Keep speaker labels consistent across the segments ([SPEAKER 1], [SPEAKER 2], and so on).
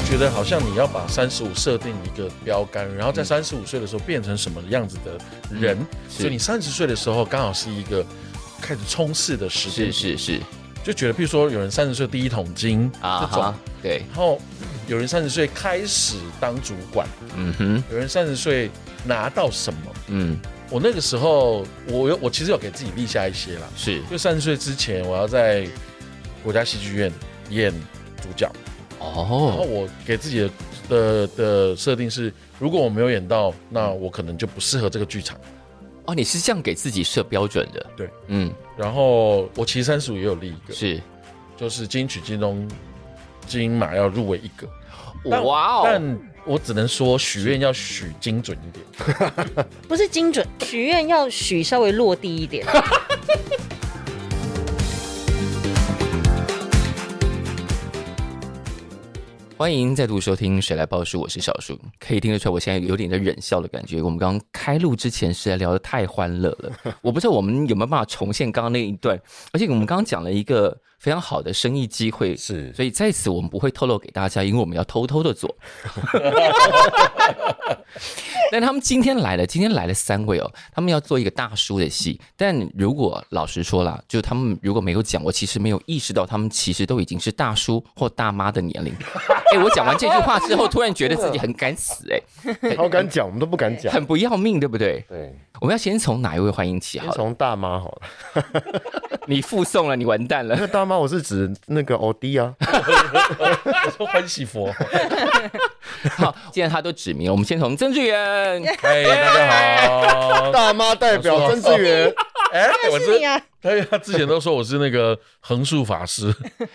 [SPEAKER 1] 就觉得好像你要把三十五设定一个标杆，然后在三十五岁的时候变成什么样子的人，
[SPEAKER 2] 嗯是
[SPEAKER 1] 所以你三十岁的时候刚好是一个开始冲刺的时间
[SPEAKER 2] 是，是是
[SPEAKER 1] 就觉得，譬如说有人三十岁第一桶金
[SPEAKER 2] 啊
[SPEAKER 1] 这种
[SPEAKER 2] 哈，，对，
[SPEAKER 1] 然后有人三十岁开始当主管，
[SPEAKER 2] 嗯哼，
[SPEAKER 1] 有人三十岁拿到什么。
[SPEAKER 2] 嗯
[SPEAKER 1] 我那个时候，我有我其实有给自己立下一些啦，
[SPEAKER 2] 是
[SPEAKER 1] 就三十岁之前，我要在国家戏剧院演主角。然后
[SPEAKER 2] 哦，
[SPEAKER 1] 我给自己的的的设定是，如果我没有演到，那我可能就不适合这个剧场。
[SPEAKER 2] 哦，你是这样给自己设标准的，
[SPEAKER 1] 对，
[SPEAKER 2] 嗯，
[SPEAKER 1] 然后我其实三十五也有立一个，
[SPEAKER 2] 是，
[SPEAKER 1] 就是金曲、金钟、金马要入围一个。但
[SPEAKER 2] 哇哦，
[SPEAKER 1] 但我只能说许愿要许精准一点。
[SPEAKER 3] 不是精准许愿，要许稍微落地一 点。
[SPEAKER 2] 欢迎再度收听《谁来报数》，我是小树，可以听得出来我现在有点在忍笑的感觉。我们刚刚开录之前实在聊得太欢乐 了，我不知道我们有没有办法重现刚刚那一段，而且我们刚刚讲了一个非常好的生意机会，
[SPEAKER 4] 是
[SPEAKER 2] 所以在此我们不会透露给大家，因为我们要偷偷的做。 但他们今天来了，今天来了三位哦，他们要做一个大叔的戏。但如果老实说啦，就他们如果没有讲，我其实没有意识到他们其实都已经是大叔或大妈的年龄。哎、我讲完这句话之后，突然觉得自己很敢死、
[SPEAKER 4] 好敢讲，我们都不敢
[SPEAKER 2] 哎，
[SPEAKER 4] 讲。
[SPEAKER 2] 很不要命，对不对？
[SPEAKER 4] 对，
[SPEAKER 2] 我们要先从哪一位欢迎起好
[SPEAKER 4] 先
[SPEAKER 2] 了？
[SPEAKER 4] 从大妈好了。
[SPEAKER 2] 你附送了，你完蛋了。
[SPEAKER 4] 那大妈，我是指那个欧弟啊，
[SPEAKER 1] 我说欢喜佛，
[SPEAKER 2] 好，既然他都指明了，我们先从曾志远。
[SPEAKER 1] 嗨，大家
[SPEAKER 2] 哦
[SPEAKER 1] 好。
[SPEAKER 4] 大妈代表曾志源。
[SPEAKER 1] 哎，我
[SPEAKER 3] 是
[SPEAKER 1] 这
[SPEAKER 3] 你，啊，
[SPEAKER 1] 他他之前都说我是那个横竖法师，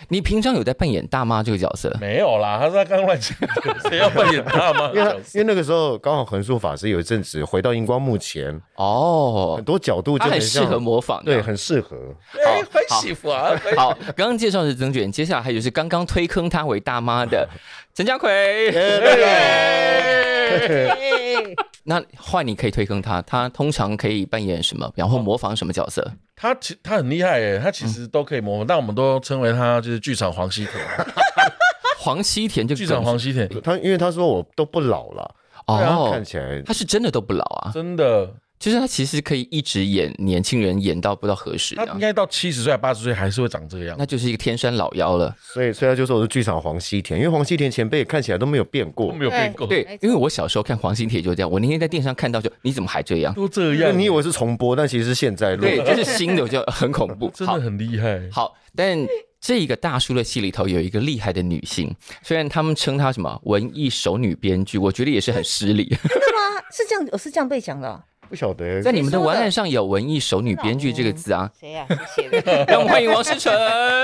[SPEAKER 2] 你平常有在扮演大妈这个角色？
[SPEAKER 1] 没有啦，他是他刚乱讲的，谁要扮演他吗？
[SPEAKER 4] 因为他因为那个时候刚好横竖法师有一阵子回到荧光幕前，
[SPEAKER 2] 哦
[SPEAKER 4] 很，多角度就
[SPEAKER 2] 他很
[SPEAKER 4] 像
[SPEAKER 2] 适合模仿的。
[SPEAKER 4] 对，很适合。
[SPEAKER 1] 哎，欢喜佛啊，欢喜
[SPEAKER 2] 好，刚刚介绍的是曾卷，接下来还有是刚刚推坑他为大妈的 陈家奎。
[SPEAKER 3] 哎
[SPEAKER 2] 那换你可以推坑他，他通常可以扮演什么，然后模仿什么角色？
[SPEAKER 1] 他其他很厉害耶，他其实都可以模仿，但我们都称为他就是剧场黄西田，
[SPEAKER 2] 黄西田就
[SPEAKER 1] 剧场黄西田
[SPEAKER 4] 他因为他说我都不老了，对啊
[SPEAKER 2] 哦
[SPEAKER 4] 看，起来
[SPEAKER 2] 他是真的都不老啊，
[SPEAKER 1] 真的，
[SPEAKER 2] 就是他其实可以一直演年轻人，演到不知道何时
[SPEAKER 1] 他
[SPEAKER 2] 啊
[SPEAKER 1] 应，该到七十岁、八十岁还是会长这个样
[SPEAKER 2] 那。就是一个天山老妖了。
[SPEAKER 4] 所以所以他就说我是剧场黄西田，因为黄西田前辈看起来都没有变
[SPEAKER 1] 都
[SPEAKER 4] 过。
[SPEAKER 1] 没有变过，
[SPEAKER 2] 对，因为我小时候看黄西田就这样，我那天在电视上看到就你怎么还这样？
[SPEAKER 1] 都这
[SPEAKER 4] 因为
[SPEAKER 1] 样，
[SPEAKER 4] 你以为是重播，但其实是现在录。
[SPEAKER 2] 对，就是新的，我就很恐 怖。
[SPEAKER 1] 真
[SPEAKER 2] 好
[SPEAKER 1] 的很厉害。
[SPEAKER 2] 好，但这一个大叔的戏里头有一个厉害的女性，虽然他们称她什么文艺熟女编剧，我觉得也是很失 礼。
[SPEAKER 3] 啊是这样，我是这样被讲的哦。
[SPEAKER 4] 不晓得
[SPEAKER 2] 在你们的文案上有“文艺熟
[SPEAKER 4] 哦
[SPEAKER 2] 女编剧”这个字啊，
[SPEAKER 3] 谁呀？谁 写的
[SPEAKER 2] 让我们欢迎王诗晨。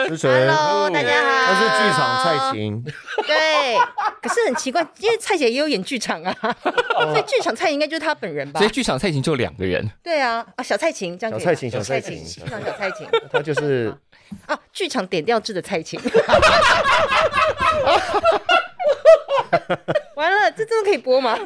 [SPEAKER 4] 之前
[SPEAKER 3] ？Hello，大家好。
[SPEAKER 4] 他是剧场蔡。琴，
[SPEAKER 3] 对，可是很奇怪，因为蔡姐也有演剧场啊，
[SPEAKER 4] 哦
[SPEAKER 3] 所以剧场蔡应该就是她本人吧
[SPEAKER 2] 所以？剧场蔡琴就两个人，
[SPEAKER 3] 对啊，啊，小蔡琴这样可以吧。
[SPEAKER 4] 小蔡琴小蔡
[SPEAKER 3] 琴，
[SPEAKER 4] 琴
[SPEAKER 3] 剧场小蔡琴
[SPEAKER 4] 他 就是
[SPEAKER 3] 啊，剧场点调制的蔡 琴。完了，这真的可以播吗？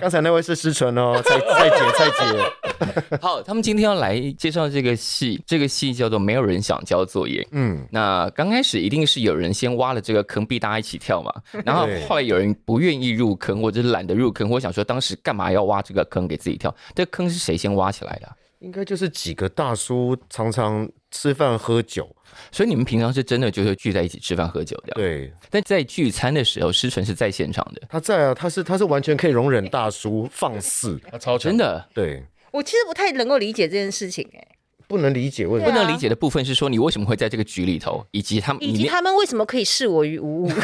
[SPEAKER 4] 刚才那位是思纯哦， 蔡蔡姐蔡姐，
[SPEAKER 2] 好，他们今天要来介绍这个戏，这个戏叫做《没有人想交作业》。
[SPEAKER 4] 嗯，
[SPEAKER 2] 那刚开始一定是有人先挖了这个坑，逼大家一起跳嘛。然后
[SPEAKER 4] 对
[SPEAKER 2] 后来有人不愿意入坑，或者是懒得入坑，或者想说当时干嘛要挖这个坑给自己跳？这坑是谁先挖起来的啊？
[SPEAKER 4] 应该就是几个大叔常常吃饭喝酒，
[SPEAKER 2] 所以你们平常是真的就是聚在一起吃饭喝酒的，。
[SPEAKER 4] 对，
[SPEAKER 2] 但在聚餐的时候，诗纯是在现场的，
[SPEAKER 4] 他在啊，他是他是完全可以容忍大叔放肆，
[SPEAKER 1] 他超强
[SPEAKER 2] 真，的
[SPEAKER 4] 对，
[SPEAKER 3] 我其实不太能够理解这件事情、哎，
[SPEAKER 4] 不能理解为什
[SPEAKER 2] 不
[SPEAKER 4] 么。
[SPEAKER 2] 能理解的部分是说你为什么会在这个局里头，以及他们
[SPEAKER 3] 以及
[SPEAKER 2] 你
[SPEAKER 3] 他们为什么可以视我于无物？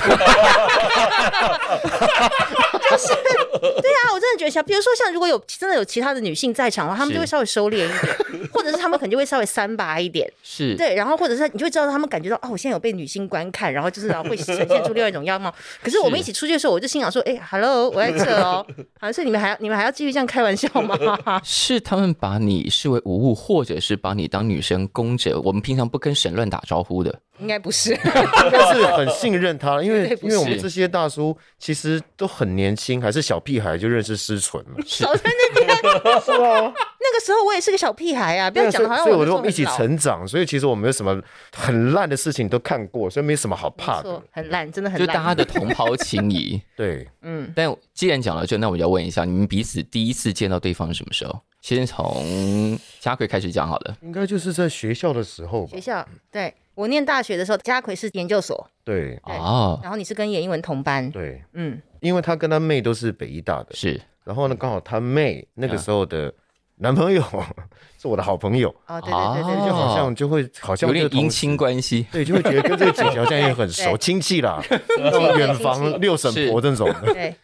[SPEAKER 3] 就是，对啊，我真的觉得像，比如说像如果有真的有其他的女性在场的话，她们就会
[SPEAKER 2] 是
[SPEAKER 3] 稍微收敛一 点，或者是她们可能就会稍微三八一点，
[SPEAKER 2] 是
[SPEAKER 3] 对，然后或者是你就会知道她们感觉到哦，我现在有被女性观看，然后就是然后会呈现出另外一种样 貌。可是我们一起出去的时候，我就心想说，哎、h e l l o 我在这哦，好像是你们还要你们还要继续这样开玩笑吗？
[SPEAKER 2] 啊 是他们把你视为无物，或者是把你当女生公者。我们平常不跟神乱打招呼的，
[SPEAKER 3] 应该不是。
[SPEAKER 4] 但是很信任他，因为
[SPEAKER 3] 啊对不
[SPEAKER 4] 因
[SPEAKER 3] 是
[SPEAKER 4] 为我们这些大叔其实都很年轻，还是小屁孩就认识思纯了。
[SPEAKER 3] 少在那边
[SPEAKER 4] 是啊，
[SPEAKER 3] 那个时候我也是个小屁孩啊，不要讲的好像
[SPEAKER 4] 所以
[SPEAKER 3] 我
[SPEAKER 4] 我
[SPEAKER 3] 那时候
[SPEAKER 4] 都
[SPEAKER 3] 很
[SPEAKER 4] 一起
[SPEAKER 3] 老
[SPEAKER 4] 成长，所以其实我没有什么很烂的事情都看过，所以没什么好
[SPEAKER 3] 没
[SPEAKER 4] 怕的
[SPEAKER 3] 错。很烂，真的很
[SPEAKER 2] 就
[SPEAKER 3] 烂。
[SPEAKER 2] 大家的同袍情谊。
[SPEAKER 4] 对，
[SPEAKER 3] 嗯，
[SPEAKER 2] 但既然讲了这，那我要问一下，你们彼此第一次见到对方是什么时候？先从佳奎开始讲好了。
[SPEAKER 4] 应该就是在学校的时候吧
[SPEAKER 3] 学。校对我念大学的时候，家奎是研究所，
[SPEAKER 4] 对
[SPEAKER 3] 对
[SPEAKER 2] 哦，
[SPEAKER 3] 然后你是跟严英文同班，
[SPEAKER 4] 对，
[SPEAKER 3] 嗯，
[SPEAKER 4] 因为他跟他妹都是北医大的，
[SPEAKER 2] 是
[SPEAKER 4] 然后呢，刚好他妹那个时候的男朋友 是我的好朋友，
[SPEAKER 3] 哦，对对
[SPEAKER 2] 哦
[SPEAKER 3] 对对对
[SPEAKER 4] 就好像就会好像
[SPEAKER 2] 有
[SPEAKER 4] 就
[SPEAKER 2] 点
[SPEAKER 4] 同
[SPEAKER 2] 姻亲关 系。
[SPEAKER 4] 对，就会觉得跟这个姐姐好像也很熟，
[SPEAKER 3] 对
[SPEAKER 4] 亲戚啦，那种远房六婶婆这种的。
[SPEAKER 3] 对对。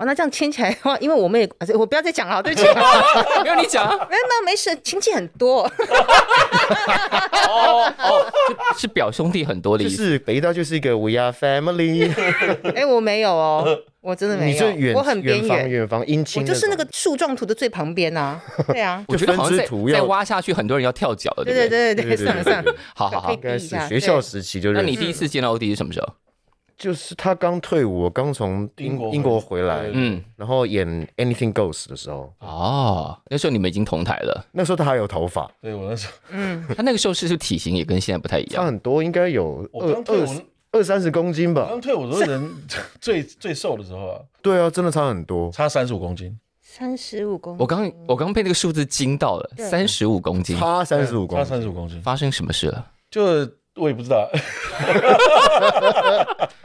[SPEAKER 3] 哇，那这样牵起来的话，因为我们也，啊我不要再讲了，对不起，没
[SPEAKER 2] 没有你讲啊，
[SPEAKER 3] 有没有没事，亲戚很多，
[SPEAKER 2] 哦哦，是是表兄弟很多 的
[SPEAKER 4] 就
[SPEAKER 2] 意思。
[SPEAKER 4] 是北医大就是一个 We Are Family，
[SPEAKER 3] 哎，我没有哦，我真的没
[SPEAKER 4] 你就
[SPEAKER 3] 有，
[SPEAKER 4] 远
[SPEAKER 3] 我很边
[SPEAKER 4] 远房
[SPEAKER 3] 缘，
[SPEAKER 4] 远房姻
[SPEAKER 3] 我
[SPEAKER 4] 亲，
[SPEAKER 3] 就是那个树状图的最旁边啊，对啊，
[SPEAKER 2] 我觉得好像
[SPEAKER 4] 就
[SPEAKER 2] 再
[SPEAKER 4] 分支图
[SPEAKER 2] 再
[SPEAKER 4] 要
[SPEAKER 2] 挖下去，很多人要跳脚了，
[SPEAKER 3] 对
[SPEAKER 2] 不
[SPEAKER 3] 对？对对
[SPEAKER 4] 对
[SPEAKER 3] 对，
[SPEAKER 4] 对对
[SPEAKER 3] 算了算了，
[SPEAKER 2] 好好
[SPEAKER 3] 可
[SPEAKER 2] 好
[SPEAKER 3] 以
[SPEAKER 4] 应，该
[SPEAKER 3] 避一下
[SPEAKER 4] 是学校时期就
[SPEAKER 2] 那
[SPEAKER 4] 认
[SPEAKER 2] 你
[SPEAKER 4] 识，
[SPEAKER 2] 第一次见到欧弟是什么时候？
[SPEAKER 4] 就是他刚退伍，我刚从
[SPEAKER 1] 英
[SPEAKER 4] 英
[SPEAKER 1] 国回
[SPEAKER 4] 英国回来
[SPEAKER 1] 对，
[SPEAKER 2] 嗯，
[SPEAKER 4] 然后演 Anything Goes 的时候，
[SPEAKER 2] 哦，那时候你们已经同台了。
[SPEAKER 4] 那时候他还有头发，
[SPEAKER 1] 对我那时候
[SPEAKER 3] 嗯，
[SPEAKER 2] 他那个时候是不是体型也跟现在不太一
[SPEAKER 4] 差
[SPEAKER 2] 样？
[SPEAKER 4] 很多，应该有
[SPEAKER 1] 我
[SPEAKER 4] 二
[SPEAKER 1] 刚退
[SPEAKER 4] 二
[SPEAKER 1] 伍
[SPEAKER 4] 十二三十公斤
[SPEAKER 1] 我
[SPEAKER 4] 吧
[SPEAKER 1] 刚。退伍的时候人 最最瘦的时候啊，
[SPEAKER 4] 对啊，真的差很多。
[SPEAKER 1] 差三十五公斤，
[SPEAKER 3] 三十五公
[SPEAKER 2] 我刚我刚被那个数字惊到了，
[SPEAKER 3] 对
[SPEAKER 2] 三十五公斤，
[SPEAKER 4] 差啊三十五公
[SPEAKER 1] 差
[SPEAKER 4] 斤
[SPEAKER 1] 三，十五公斤，
[SPEAKER 2] 发生什么事了？
[SPEAKER 1] 就我也不知道，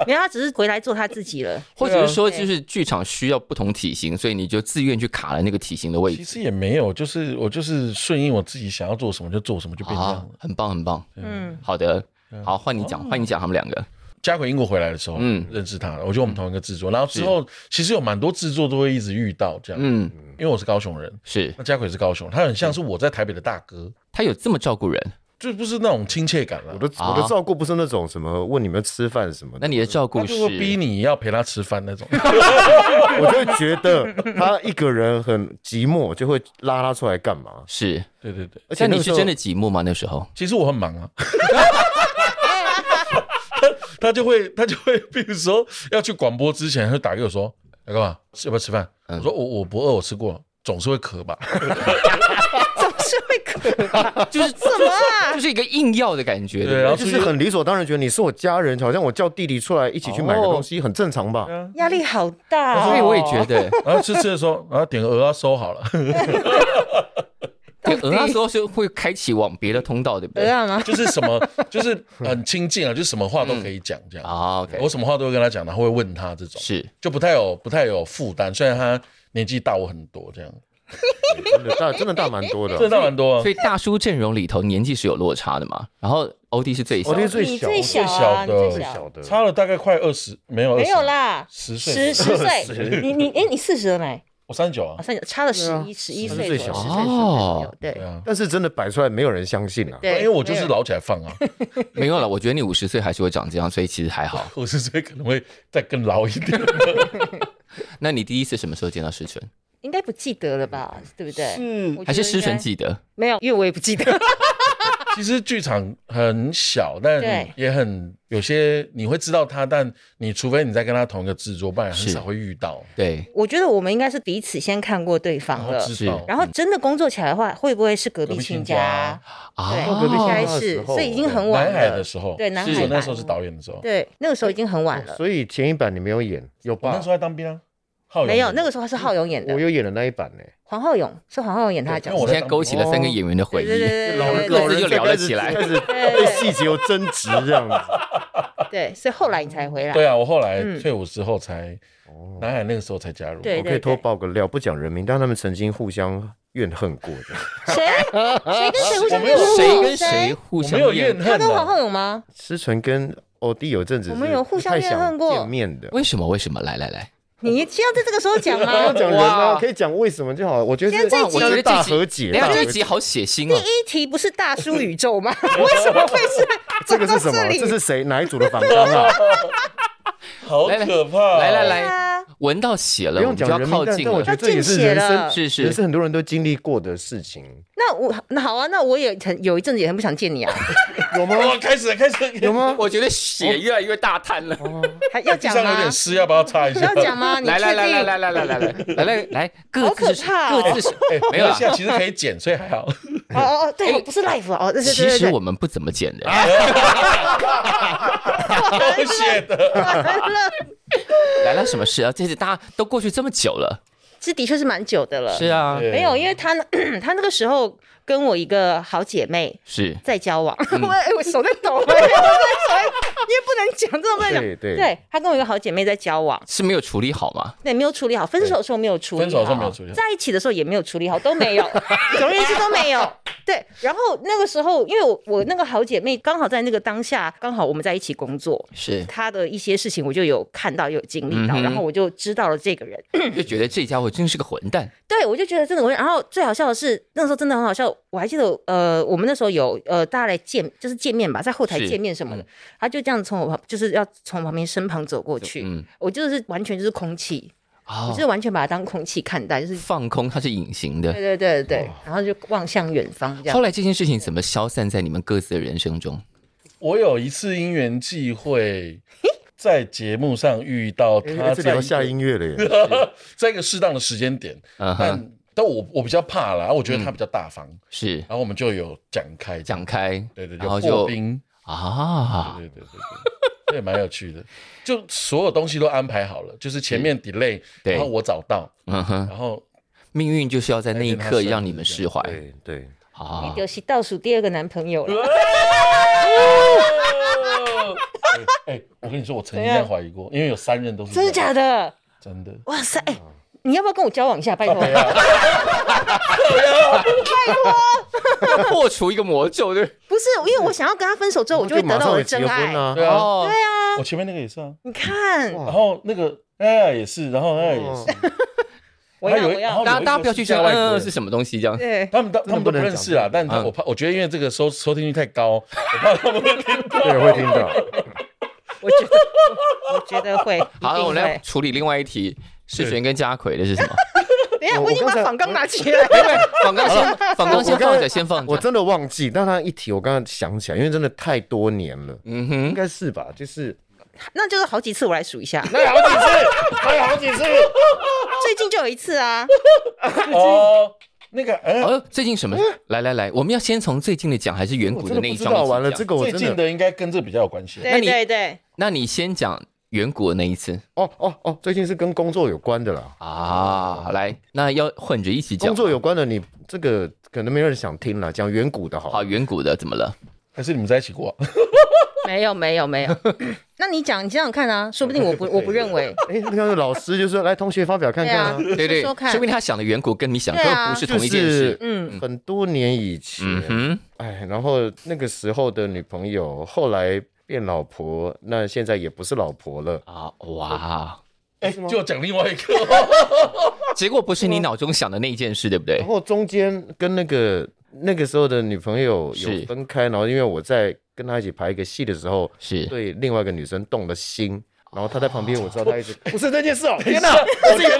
[SPEAKER 3] 没有，他只是回来做他自己了。
[SPEAKER 2] 或者是说，就是剧场需要不同体型，所以你就自愿去卡了那个体型的位
[SPEAKER 1] 其
[SPEAKER 2] 置
[SPEAKER 1] 实也没有，就是我就是顺应我自己想要做什么就做什么，就变成这
[SPEAKER 2] 啊
[SPEAKER 1] 样了，。
[SPEAKER 2] 很棒很棒，
[SPEAKER 3] 嗯，
[SPEAKER 2] 好的，好换你讲，换你讲他们两个，
[SPEAKER 1] 嘉奎英国回来的时候，
[SPEAKER 2] 嗯
[SPEAKER 1] 嗯，认识他，我觉得我们同一个制作，然后之后其实有蛮多制作都会一直遇到这样，
[SPEAKER 2] 嗯，
[SPEAKER 1] 因为我是高雄人，
[SPEAKER 2] 是
[SPEAKER 1] 那嘉奎是高雄，他很像是我在台北的大哥，
[SPEAKER 2] 他有这么照顾人，
[SPEAKER 1] 就不是那种亲切感了
[SPEAKER 4] 我。的我的照顾不是那种什么问你们吃饭什么的
[SPEAKER 2] 那，你的
[SPEAKER 1] 他
[SPEAKER 2] 照顾
[SPEAKER 1] 就会逼
[SPEAKER 2] 是
[SPEAKER 1] 你要陪他吃饭那种，
[SPEAKER 4] 我就会觉得他一个人很寂寞，就会拉他出来干嘛？
[SPEAKER 2] 是，
[SPEAKER 1] 对对对。
[SPEAKER 4] 而且
[SPEAKER 2] 但
[SPEAKER 4] 那
[SPEAKER 2] 你
[SPEAKER 4] 个时
[SPEAKER 2] 是
[SPEAKER 4] 候
[SPEAKER 2] 真的寂寞吗？那时候
[SPEAKER 1] 其实我很忙啊。 他就会他就会，比如说要去广播之前，他就打给我说要干嘛，要不要吃饭？我说我我不饿，我吃过了，总是会渴吧。
[SPEAKER 3] 总是会渴吧？
[SPEAKER 2] 就是
[SPEAKER 3] 怎么啊？
[SPEAKER 2] 就是一个硬要的感觉，
[SPEAKER 1] 对，
[SPEAKER 2] 啊，
[SPEAKER 1] 然后
[SPEAKER 4] 就
[SPEAKER 1] 出
[SPEAKER 4] 是
[SPEAKER 1] 去
[SPEAKER 4] 很理所当然觉得你是我家人，好像我叫弟弟出来一起去买个东西，很正常吧？
[SPEAKER 3] 压力好大、
[SPEAKER 4] 啊
[SPEAKER 3] 哦。
[SPEAKER 2] 所以我也觉得，
[SPEAKER 1] 然后吃吃的时候，然后点个鹅要啊收好了，
[SPEAKER 2] 对， 鹅那时候是会开启往别的通道，对不
[SPEAKER 3] 得
[SPEAKER 2] 对？
[SPEAKER 3] 啊吗？
[SPEAKER 1] 就是什 么就是很亲近啊，就是什么话都可以讲
[SPEAKER 3] 嗯
[SPEAKER 1] 这样。
[SPEAKER 2] 啊，OK，
[SPEAKER 1] 我什么话都会跟他讲，然后会问他这种，
[SPEAKER 2] 是
[SPEAKER 1] 就不太有不太有负担。虽然他年纪大我很多，这样
[SPEAKER 4] 真的大真的大蛮多 的
[SPEAKER 1] 真的。大蛮多啊
[SPEAKER 2] 所。以大叔阵容里头年纪是有落差的嘛，然后欧弟是最小
[SPEAKER 4] 我弟
[SPEAKER 2] 的，
[SPEAKER 4] 最
[SPEAKER 3] 你
[SPEAKER 4] 小，
[SPEAKER 3] 最
[SPEAKER 4] 最
[SPEAKER 3] 小啊，
[SPEAKER 1] 小的
[SPEAKER 3] 你最
[SPEAKER 1] 最
[SPEAKER 3] 小。
[SPEAKER 4] 的，
[SPEAKER 1] 差了大概快二十，没有20
[SPEAKER 3] 没有，啦，
[SPEAKER 1] 十岁
[SPEAKER 3] 十十岁
[SPEAKER 4] 十，
[SPEAKER 3] 你你哎，你四十了没？
[SPEAKER 1] 我三十九啊
[SPEAKER 3] 啊，，三差了十一十一
[SPEAKER 4] 他
[SPEAKER 3] 岁左
[SPEAKER 4] 是最
[SPEAKER 3] 右，
[SPEAKER 4] 小
[SPEAKER 3] 十
[SPEAKER 4] 的
[SPEAKER 3] 岁左右
[SPEAKER 2] 哦，
[SPEAKER 1] 对
[SPEAKER 3] 对
[SPEAKER 1] 啊，
[SPEAKER 4] 但是真的摆出来没有人相信啊。
[SPEAKER 3] 对，
[SPEAKER 1] 因为我就是
[SPEAKER 3] 没有
[SPEAKER 1] 老起来放啊，
[SPEAKER 2] 没有了。我觉得你五十岁还是会长这样，所以其实还 好。
[SPEAKER 1] 五十岁可能会再更老一 点。
[SPEAKER 2] 那你第一次什么时候见到世纯？
[SPEAKER 3] 应该不记得了吧？对不对？
[SPEAKER 1] 嗯，
[SPEAKER 3] 我觉得
[SPEAKER 2] 还是世
[SPEAKER 3] 应
[SPEAKER 2] 纯
[SPEAKER 3] 该
[SPEAKER 2] 记得？
[SPEAKER 3] 没有，因为我也不记得。
[SPEAKER 1] 其实剧场很小，但
[SPEAKER 3] 对
[SPEAKER 1] 也很有些你会知道他，但你除非你在跟他同一个制作，不然很
[SPEAKER 2] 是
[SPEAKER 1] 少会遇到。
[SPEAKER 2] 对，
[SPEAKER 3] 我觉得我们应该是彼此先看过对方
[SPEAKER 1] 然后
[SPEAKER 3] 了，
[SPEAKER 1] 知道
[SPEAKER 2] 是，
[SPEAKER 3] 然后真的工作起来的话，会不会是隔壁亲家？对，
[SPEAKER 4] 隔壁
[SPEAKER 3] 应
[SPEAKER 4] 亲家
[SPEAKER 2] 啊
[SPEAKER 3] 该
[SPEAKER 4] 的时
[SPEAKER 3] 是，
[SPEAKER 4] 候
[SPEAKER 3] 所以已经很晚
[SPEAKER 1] 南海
[SPEAKER 3] 了
[SPEAKER 1] 的。时候，
[SPEAKER 3] 对南
[SPEAKER 2] 海
[SPEAKER 1] 是我
[SPEAKER 3] 版
[SPEAKER 1] 那时候是导演的时候，
[SPEAKER 3] 对，那个时候已经很晚了。
[SPEAKER 4] 所以前一版你没有演，有
[SPEAKER 1] 我那
[SPEAKER 4] 吧
[SPEAKER 1] 时候？在当兵啊，浩
[SPEAKER 3] 没有，那
[SPEAKER 1] 个
[SPEAKER 3] 个时候是浩勇演的
[SPEAKER 4] 我，有演的那一版呢。
[SPEAKER 3] 黄浩勇是黄浩勇演他的角
[SPEAKER 1] 因为
[SPEAKER 2] 我
[SPEAKER 1] 我
[SPEAKER 3] 色。
[SPEAKER 2] 现在勾起了三个演员的回
[SPEAKER 3] 对对
[SPEAKER 2] 忆。
[SPEAKER 3] 对
[SPEAKER 4] 老
[SPEAKER 3] 对
[SPEAKER 4] 人
[SPEAKER 2] 各
[SPEAKER 4] 老
[SPEAKER 3] 对
[SPEAKER 2] 自
[SPEAKER 4] 人
[SPEAKER 2] 就
[SPEAKER 4] 才
[SPEAKER 2] 聊了
[SPEAKER 4] 开始
[SPEAKER 2] 起来
[SPEAKER 4] 开始对细节有争执这样子。
[SPEAKER 3] 对，对，所以后来你才回来。
[SPEAKER 1] 对啊，我后来
[SPEAKER 3] 嗯
[SPEAKER 1] 退伍之后才，
[SPEAKER 4] 哦
[SPEAKER 1] 南海那个时候才加入。
[SPEAKER 3] 对
[SPEAKER 4] 我可以偷爆个料，不讲人名，但他们曾经互相怨恨过的。
[SPEAKER 3] 谁谁跟谁互相
[SPEAKER 1] 我没有
[SPEAKER 2] 谁跟谁？互
[SPEAKER 1] 我
[SPEAKER 2] 相
[SPEAKER 1] 没有怨
[SPEAKER 3] 他
[SPEAKER 1] 恨啊
[SPEAKER 3] 跟黄
[SPEAKER 1] 的，
[SPEAKER 3] 浩勇吗？
[SPEAKER 4] 思纯跟欧弟有阵子
[SPEAKER 3] 我们有互相
[SPEAKER 4] 是不太想
[SPEAKER 3] 怨恨过
[SPEAKER 4] 见面的。
[SPEAKER 2] 为什么？为什么？来来来，
[SPEAKER 3] 你一定要在这个时候讲
[SPEAKER 4] 不 要
[SPEAKER 3] 吗？
[SPEAKER 4] 讲人啊，可以讲为什么就好。我觉得
[SPEAKER 3] 现在这一集
[SPEAKER 4] 我觉得大和解，
[SPEAKER 2] 等一下
[SPEAKER 4] 大
[SPEAKER 2] 这
[SPEAKER 4] 和
[SPEAKER 2] 一集
[SPEAKER 4] 解。
[SPEAKER 2] 好血腥
[SPEAKER 3] 第
[SPEAKER 2] 哦。
[SPEAKER 3] 一题不是大叔宇宙吗？为什么会是
[SPEAKER 4] 这个是什
[SPEAKER 3] 走到
[SPEAKER 4] 么？
[SPEAKER 3] 里
[SPEAKER 4] 这是谁哪一组的仿纲 啊？
[SPEAKER 1] 好
[SPEAKER 2] 来来
[SPEAKER 1] 可怕哦！
[SPEAKER 2] 来来
[SPEAKER 3] 对
[SPEAKER 2] 来，
[SPEAKER 3] 啊？
[SPEAKER 2] 闻到血了，
[SPEAKER 4] 不
[SPEAKER 2] 我
[SPEAKER 4] 用
[SPEAKER 2] 们就
[SPEAKER 4] 讲
[SPEAKER 2] 要
[SPEAKER 4] 人
[SPEAKER 2] 靠
[SPEAKER 4] 名，但
[SPEAKER 2] 近
[SPEAKER 4] 但我
[SPEAKER 2] 了
[SPEAKER 4] 觉。得
[SPEAKER 3] 要
[SPEAKER 4] 这也是
[SPEAKER 3] 见血
[SPEAKER 4] 人
[SPEAKER 3] 了
[SPEAKER 4] 生，
[SPEAKER 2] 是
[SPEAKER 4] 也是
[SPEAKER 2] 是，
[SPEAKER 4] 很多人都经历过的事情。
[SPEAKER 3] 那我那好啊，那我也很有一阵子也很不想见你啊。
[SPEAKER 4] 有吗？
[SPEAKER 1] 哇，开始了，开始了
[SPEAKER 4] 有？吗？
[SPEAKER 2] 我觉得血越来越大滩了。
[SPEAKER 4] 哦
[SPEAKER 3] 还要
[SPEAKER 1] 地
[SPEAKER 3] 讲
[SPEAKER 1] 上有
[SPEAKER 3] 吗
[SPEAKER 1] 点？湿，要不要擦一下？
[SPEAKER 3] 要 讲吗？你确
[SPEAKER 2] 来来来来
[SPEAKER 3] 定？
[SPEAKER 2] 来来来来来来来来，各
[SPEAKER 3] 好
[SPEAKER 2] 自
[SPEAKER 3] 可
[SPEAKER 2] 是
[SPEAKER 3] 怕哦
[SPEAKER 2] 各 自是
[SPEAKER 1] 哎，
[SPEAKER 2] 没有啦
[SPEAKER 1] 一下，其实可以剪，所以还 好。
[SPEAKER 3] 哦哦哦，对，哦不是 live 哦，对对
[SPEAKER 2] 其
[SPEAKER 3] 对
[SPEAKER 2] 实
[SPEAKER 3] 对对，
[SPEAKER 2] 我们不怎么剪的，
[SPEAKER 4] 啊
[SPEAKER 1] 好险的，
[SPEAKER 3] 完了，
[SPEAKER 2] 来了什么事啊？这是大家都过去这么久了，
[SPEAKER 3] 这的 确是蛮久的了。
[SPEAKER 2] 是啊，
[SPEAKER 1] 对
[SPEAKER 3] 没有，因为他他那个 时候跟我一个好姐妹
[SPEAKER 2] 是
[SPEAKER 3] 在交往，
[SPEAKER 1] 嗯
[SPEAKER 3] 我哎、我手在 抖，我在手在抖因为不能讲，真的不能讲。
[SPEAKER 4] 对对
[SPEAKER 3] 对他跟我一个好姐妹在交往，
[SPEAKER 2] 是没有处理好吗？
[SPEAKER 3] 对，没有处理好，分手的时候没有处理好，
[SPEAKER 1] 分手的时候没有处理好
[SPEAKER 3] 在一起的时候也没有处理好，都没有， 总而言之都没有。对，然后那个时候，因为我我那个好姐妹刚好在那个当下，刚好我们在一起工作，
[SPEAKER 2] 是
[SPEAKER 3] 她的一些事情我就有看到，有经历到，
[SPEAKER 2] 嗯哼
[SPEAKER 3] 然后我就知道了这个人。
[SPEAKER 2] 就觉得这家伙真是个混蛋，
[SPEAKER 3] 对，我就觉得真的我，然后最好笑的是那时候真的很好笑，我还记得呃，我们那时候有呃大家来见，就是见面吧，在后台
[SPEAKER 2] 是
[SPEAKER 3] 见面什么的，他就这样从我旁，就是要从旁边身旁走过去，
[SPEAKER 2] 嗯，
[SPEAKER 3] 我就是完全就是空气，我
[SPEAKER 2] 哦
[SPEAKER 3] 就，是完全把它当空气看待， 就是
[SPEAKER 2] 放空它是隐形的
[SPEAKER 3] 对。对对对对，然后就望向远方这样
[SPEAKER 2] 后。来这件事情怎么消散在你们各自的人生中？
[SPEAKER 1] 我有一次因缘际会，在节目上遇到
[SPEAKER 4] 哎
[SPEAKER 1] 他
[SPEAKER 4] 这里
[SPEAKER 1] 在
[SPEAKER 4] 要
[SPEAKER 1] 一
[SPEAKER 4] 下
[SPEAKER 1] 个，
[SPEAKER 4] 音乐了耶！
[SPEAKER 1] 在一个适当的时间点，
[SPEAKER 2] 嗯哼，
[SPEAKER 1] 但但我我比较怕啦，啊我觉得他比较大方，
[SPEAKER 2] 是
[SPEAKER 1] 然后我们就有讲开，
[SPEAKER 2] 讲开，
[SPEAKER 1] 对对，
[SPEAKER 2] 然
[SPEAKER 1] 就
[SPEAKER 2] 后
[SPEAKER 1] 破
[SPEAKER 2] 就
[SPEAKER 1] 冰，
[SPEAKER 2] 啊，
[SPEAKER 1] 对对对对对。这也蛮有趣的， 就所有东西都安排好了，就是前面 delay，
[SPEAKER 2] 对
[SPEAKER 1] 然后我找到，
[SPEAKER 2] 嗯哼，
[SPEAKER 1] 然 后
[SPEAKER 2] 命运就是要在那一
[SPEAKER 1] 那
[SPEAKER 2] 刻
[SPEAKER 1] 是
[SPEAKER 2] 让你们释怀
[SPEAKER 4] 对对，
[SPEAKER 2] 啊
[SPEAKER 3] 你。就是倒数第二个男朋友了，
[SPEAKER 1] 哎、我跟你说，我曾经这样怀疑过，因为有三任都是
[SPEAKER 3] 真的
[SPEAKER 1] 这样
[SPEAKER 3] 假的？
[SPEAKER 1] 真的，
[SPEAKER 3] 哇塞！哎你要不要跟我交往一下？拜托，
[SPEAKER 2] 要破除一个魔咒，对不对，
[SPEAKER 3] 不是因为我想要跟他分手之后，我就会得
[SPEAKER 4] 马
[SPEAKER 3] 到
[SPEAKER 4] 上
[SPEAKER 3] 我的
[SPEAKER 4] 也结
[SPEAKER 3] 真
[SPEAKER 4] 婚
[SPEAKER 3] 爱。
[SPEAKER 4] 啊！
[SPEAKER 1] 对啊，
[SPEAKER 2] 哦，
[SPEAKER 1] 我前面那个也是啊，
[SPEAKER 3] 你看，
[SPEAKER 4] 哇
[SPEAKER 1] 然后那个哎也是，然后哎也
[SPEAKER 4] 哦
[SPEAKER 1] 是，
[SPEAKER 3] 我
[SPEAKER 1] 还
[SPEAKER 3] 要
[SPEAKER 1] 有
[SPEAKER 3] 啊我要
[SPEAKER 1] 然后，
[SPEAKER 2] 大家大家不要去想，
[SPEAKER 1] 有一个是嫁外国
[SPEAKER 2] 嗯，
[SPEAKER 1] 人
[SPEAKER 2] 是什么东西这样？
[SPEAKER 3] 对，
[SPEAKER 1] 他们都他们都不
[SPEAKER 4] 真的不能
[SPEAKER 1] 认识啊，但
[SPEAKER 2] 嗯
[SPEAKER 1] 我怕，我觉得因为这个收收听率太高，我怕他们会听到。
[SPEAKER 4] 对，会听到。
[SPEAKER 3] 我觉得，我觉得会。
[SPEAKER 2] 好，那
[SPEAKER 3] 一定
[SPEAKER 2] 我们来
[SPEAKER 3] 会。
[SPEAKER 2] 处理另外一题，世
[SPEAKER 1] 对
[SPEAKER 2] 璇跟嘉奎的是什 么？ 哎
[SPEAKER 3] 等一下，
[SPEAKER 4] 我
[SPEAKER 3] 我已经
[SPEAKER 4] 我
[SPEAKER 3] 把
[SPEAKER 4] 刚才
[SPEAKER 3] 仿纲拿起 来。
[SPEAKER 2] 因为仿纲先，仿纲先
[SPEAKER 4] 我刚才
[SPEAKER 2] 放着，先放
[SPEAKER 4] 我
[SPEAKER 2] 着。
[SPEAKER 4] 真的忘记，但他一提，我刚刚想起来，因为真的太多年了，
[SPEAKER 2] 嗯
[SPEAKER 4] 应
[SPEAKER 2] 哼，
[SPEAKER 4] 该是吧？就是
[SPEAKER 3] 那就是好几次，我来数一下。
[SPEAKER 4] 那有好几次，还有好几次，
[SPEAKER 3] 最近就有一次 啊，
[SPEAKER 1] 哦，那个嗯，
[SPEAKER 2] 哦，最近什么？来来来，我们要先从最近的讲，还是远
[SPEAKER 4] 我
[SPEAKER 2] 古
[SPEAKER 4] 真
[SPEAKER 2] 的
[SPEAKER 4] 的
[SPEAKER 2] 那
[SPEAKER 4] 不
[SPEAKER 2] 一
[SPEAKER 4] 知
[SPEAKER 2] 桩一
[SPEAKER 4] 道。
[SPEAKER 2] 起
[SPEAKER 4] 完了，
[SPEAKER 2] 讲
[SPEAKER 4] 这个我
[SPEAKER 1] 最
[SPEAKER 4] 真
[SPEAKER 1] 近
[SPEAKER 4] 的
[SPEAKER 1] 的应该跟这比较有关系。
[SPEAKER 3] 对
[SPEAKER 2] 你
[SPEAKER 3] 对对，
[SPEAKER 2] 那你先讲远古的那一次
[SPEAKER 4] 哦哦哦，最近是跟工作有关的啦。
[SPEAKER 2] 啊，来，那要混着一起讲。
[SPEAKER 4] 工作有关的，你这个可能没有人想听了，讲远古的好了。
[SPEAKER 2] 好，远古的怎么 了？
[SPEAKER 1] 还是你们在一起过？
[SPEAKER 3] 没有没有没有。 那你讲，你想想看啊，说不定我 不我不认为。
[SPEAKER 4] 哎，那个老师就说来，同学发表看
[SPEAKER 3] 对
[SPEAKER 4] 看
[SPEAKER 3] 啊
[SPEAKER 4] 啊，，
[SPEAKER 2] 对对，
[SPEAKER 3] 说
[SPEAKER 2] 说
[SPEAKER 3] 看
[SPEAKER 2] 不。定他想的远古跟你想
[SPEAKER 3] 对
[SPEAKER 2] 的
[SPEAKER 3] 啊
[SPEAKER 2] 不是
[SPEAKER 4] 就
[SPEAKER 2] 同一件事。
[SPEAKER 3] 嗯，
[SPEAKER 4] 很多年以前，
[SPEAKER 2] 嗯
[SPEAKER 4] 哎，然后那个时候的女朋友后来变老婆，那现在也不是老婆了。
[SPEAKER 2] 哼，啊哇，
[SPEAKER 1] 哎，
[SPEAKER 4] 是吗
[SPEAKER 1] 就讲另外一个，
[SPEAKER 2] 结果不是你脑中想的那一件事，对不对
[SPEAKER 3] 哦
[SPEAKER 4] 然？后中间跟那个那个时候的女朋友
[SPEAKER 2] 是
[SPEAKER 4] 有分开，然后因为我在跟她一起排一个戏的时候，
[SPEAKER 2] 是
[SPEAKER 4] 对另外一个女生动了心，然后她在旁边，我知道她一直哦 不是这件事哦，天哪！
[SPEAKER 1] 我觉得，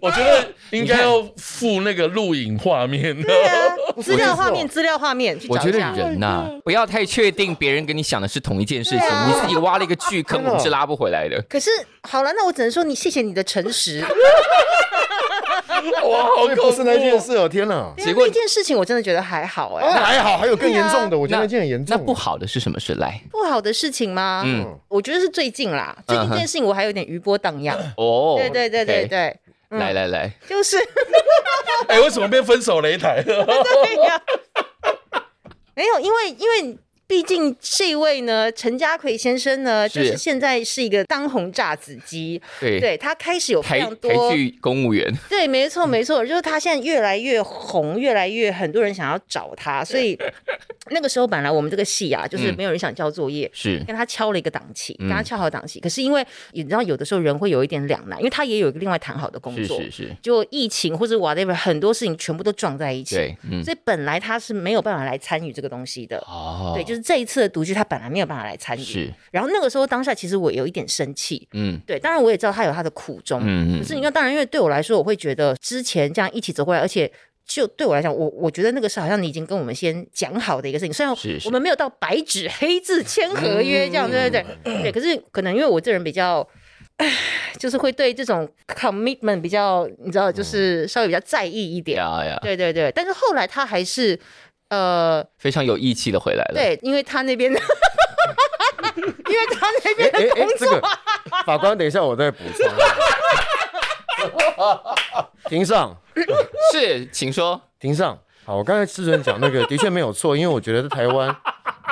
[SPEAKER 1] 我觉得应该要附那个录影画面。
[SPEAKER 3] 对啊，资料画
[SPEAKER 4] 我
[SPEAKER 3] 面，资料画面，去
[SPEAKER 2] 我
[SPEAKER 3] 找
[SPEAKER 2] 觉
[SPEAKER 3] 一
[SPEAKER 2] 得
[SPEAKER 3] 下。
[SPEAKER 2] 人呐、不要太确定别人跟你想的是同一件事情，
[SPEAKER 3] 对啊
[SPEAKER 2] 你自己挖了一个巨坑，
[SPEAKER 4] 真的
[SPEAKER 2] 我们是拉不回来的。
[SPEAKER 3] 可是好了，那我只能说你谢谢你的诚 实。
[SPEAKER 1] 哇，好恐怖！
[SPEAKER 4] 不是那件事哦，天哪！
[SPEAKER 3] 对啊
[SPEAKER 2] 结果
[SPEAKER 3] 那件事情我真的觉得还好哎、
[SPEAKER 4] 啊还好，还有更严重的，我觉得
[SPEAKER 2] 那
[SPEAKER 4] 那件很严
[SPEAKER 2] 那
[SPEAKER 4] 重。
[SPEAKER 2] 不好的是什么事？来，
[SPEAKER 3] 不好的事情吗？
[SPEAKER 2] 嗯，
[SPEAKER 3] 我觉得是最近啦，最近这件事情我还有点余波荡漾。
[SPEAKER 2] 哦，
[SPEAKER 3] 对对对对嗯
[SPEAKER 2] OK，
[SPEAKER 3] 对，
[SPEAKER 2] 来来来，
[SPEAKER 3] 就是。
[SPEAKER 1] 哎、为什么变分手擂台了？
[SPEAKER 3] 对呀、没有，因为因为毕竟这位呢，陈家奎先生呢，
[SPEAKER 2] 是
[SPEAKER 3] 就是现在是一个当红炸子鸡，
[SPEAKER 2] 对
[SPEAKER 3] 对他开始有非
[SPEAKER 2] 台
[SPEAKER 3] 常
[SPEAKER 2] 台
[SPEAKER 3] 多，
[SPEAKER 2] 剧嗯公务员，
[SPEAKER 3] 对，没错没错，就是他现在越来越红，越来越很多人想要找 他，所以那个时候本来我们这个戏啊，就是
[SPEAKER 2] 嗯
[SPEAKER 3] 没有人想交作业。
[SPEAKER 2] 是
[SPEAKER 3] 跟他敲了一个档期，
[SPEAKER 2] 嗯
[SPEAKER 3] 跟他敲好档期。可是因为你知道，有的时候人会有一点两难，因为他也有一个另外谈好的工
[SPEAKER 2] 是
[SPEAKER 3] 作，
[SPEAKER 2] 是是，
[SPEAKER 3] 就疫情或者 whatever，很多事情全部都撞在一起。
[SPEAKER 2] 对，嗯，
[SPEAKER 3] 所以本来他是没有办法来参与这个东西的。
[SPEAKER 2] 哦，
[SPEAKER 3] 对，就是这一次的独居，他本来没有办法来参与。
[SPEAKER 2] 是，
[SPEAKER 3] 然后那个时候当下，其实我有一点生气。
[SPEAKER 2] 嗯
[SPEAKER 3] 对，当然我也知道他有他的苦衷。
[SPEAKER 2] 嗯
[SPEAKER 3] 可是
[SPEAKER 2] 嗯，
[SPEAKER 3] 你看，当然因为对我来说，我会觉得之前这样一起走过来，而且。就对我来讲，我我觉得那个是好像你已经跟我们先讲好的一个事情，虽然
[SPEAKER 2] 是是
[SPEAKER 3] 我们没有到白纸黑字签合约这样，
[SPEAKER 2] 嗯
[SPEAKER 3] 对对对，对。可是可能因为我这人比较。 唉就是会对这种 commitment 比较，你知道，
[SPEAKER 2] 嗯
[SPEAKER 3] 就是稍微比较在意一点。
[SPEAKER 2] 呀呀，
[SPEAKER 3] 对对对，但是后来他还是，呃，
[SPEAKER 2] 非常有义气的回来了。，
[SPEAKER 3] 对，因为他 那边的，因为他那边
[SPEAKER 4] 哎
[SPEAKER 3] 的
[SPEAKER 4] 哎
[SPEAKER 3] 工
[SPEAKER 4] 这个
[SPEAKER 3] 作，
[SPEAKER 4] 法官，等一下我再补 充。庭上，
[SPEAKER 2] 是，请说。
[SPEAKER 4] 庭上，好，我刚才志尊讲那个的确没有错，因为我觉得台湾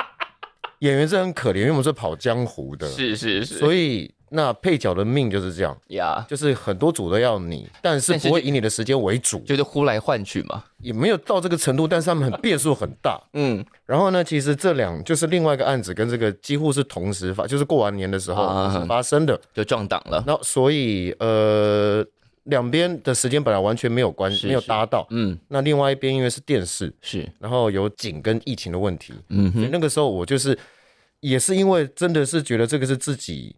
[SPEAKER 4] 演员是很可怜，因为我们是跑江湖的，
[SPEAKER 2] 是是是，
[SPEAKER 4] 所以那配角的命就是这样，
[SPEAKER 2] 呀，
[SPEAKER 4] 就是很多组都要你，但是
[SPEAKER 2] 但是
[SPEAKER 4] 不会
[SPEAKER 2] 就
[SPEAKER 4] 以你的时间为主，
[SPEAKER 2] 就是呼来唤去嘛。
[SPEAKER 4] 也没有到这个程度，但是他们很变数很大。
[SPEAKER 2] 嗯，
[SPEAKER 4] 然后呢，其实这两就是另外一个案子跟这个几乎是同时发，就是过完年的时候
[SPEAKER 2] 啊
[SPEAKER 4] 同时发生的。
[SPEAKER 2] 就撞档了。
[SPEAKER 4] 那所以呃，两边的时间本来完全没有关系，
[SPEAKER 2] 是
[SPEAKER 4] 没有搭到。
[SPEAKER 2] 嗯，
[SPEAKER 4] 那另外一边因为是电视，
[SPEAKER 2] 是，
[SPEAKER 4] 然后有景跟疫情的问题，
[SPEAKER 2] 嗯
[SPEAKER 4] 所以
[SPEAKER 2] 哼，
[SPEAKER 4] 那个时候我就是也是因为真的是觉得这个是自己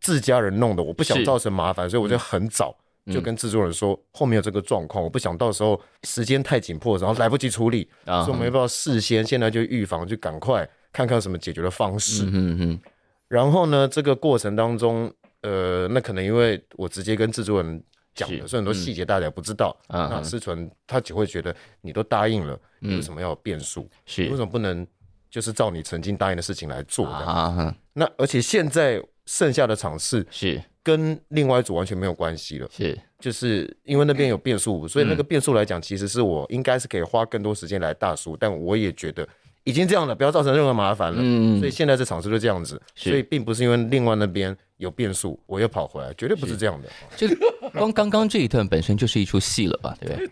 [SPEAKER 4] 自家人弄的，我不想
[SPEAKER 2] 是
[SPEAKER 4] 造成麻烦，所以
[SPEAKER 2] 嗯
[SPEAKER 4] 我就很早。就跟制作人说后面有这个状况，我不想到时候时间太紧迫，然后来不及处理，
[SPEAKER 2] 啊
[SPEAKER 4] 所以我们要不要事先现在就预防，就赶快看看有什么解决的方式。
[SPEAKER 2] 嗯哼
[SPEAKER 4] 然后呢，这个过程当中，呃，那可能因为我直接跟制作人讲的，
[SPEAKER 2] 是
[SPEAKER 4] 所以很多细节大家也不知道。
[SPEAKER 2] 啊
[SPEAKER 4] 那
[SPEAKER 2] 哈
[SPEAKER 4] 思纯他只会觉得你都答应了，你为什么要有变数？你为
[SPEAKER 2] 是
[SPEAKER 4] 什么不能就是照你曾经答应的事情来做的？
[SPEAKER 2] 啊哈，
[SPEAKER 4] 那而且现在剩下的场次
[SPEAKER 2] 是
[SPEAKER 4] 跟另外一组完全没有关系了，
[SPEAKER 2] 是
[SPEAKER 4] 就是因为那边有变
[SPEAKER 2] 嗯
[SPEAKER 4] 数，所以那个变数来讲，其实是我应该是可以花更多时间来大叔，但我也觉得已经这样了，不要造成任何麻烦了。
[SPEAKER 2] 嗯
[SPEAKER 4] 所以现在这场次就这样子，
[SPEAKER 2] 是
[SPEAKER 4] 所以并不是因为另外那边有变数，我又跑回来，绝对不是这样的。
[SPEAKER 2] 这个光刚刚这一段本身就是一出戏了吧？对不对？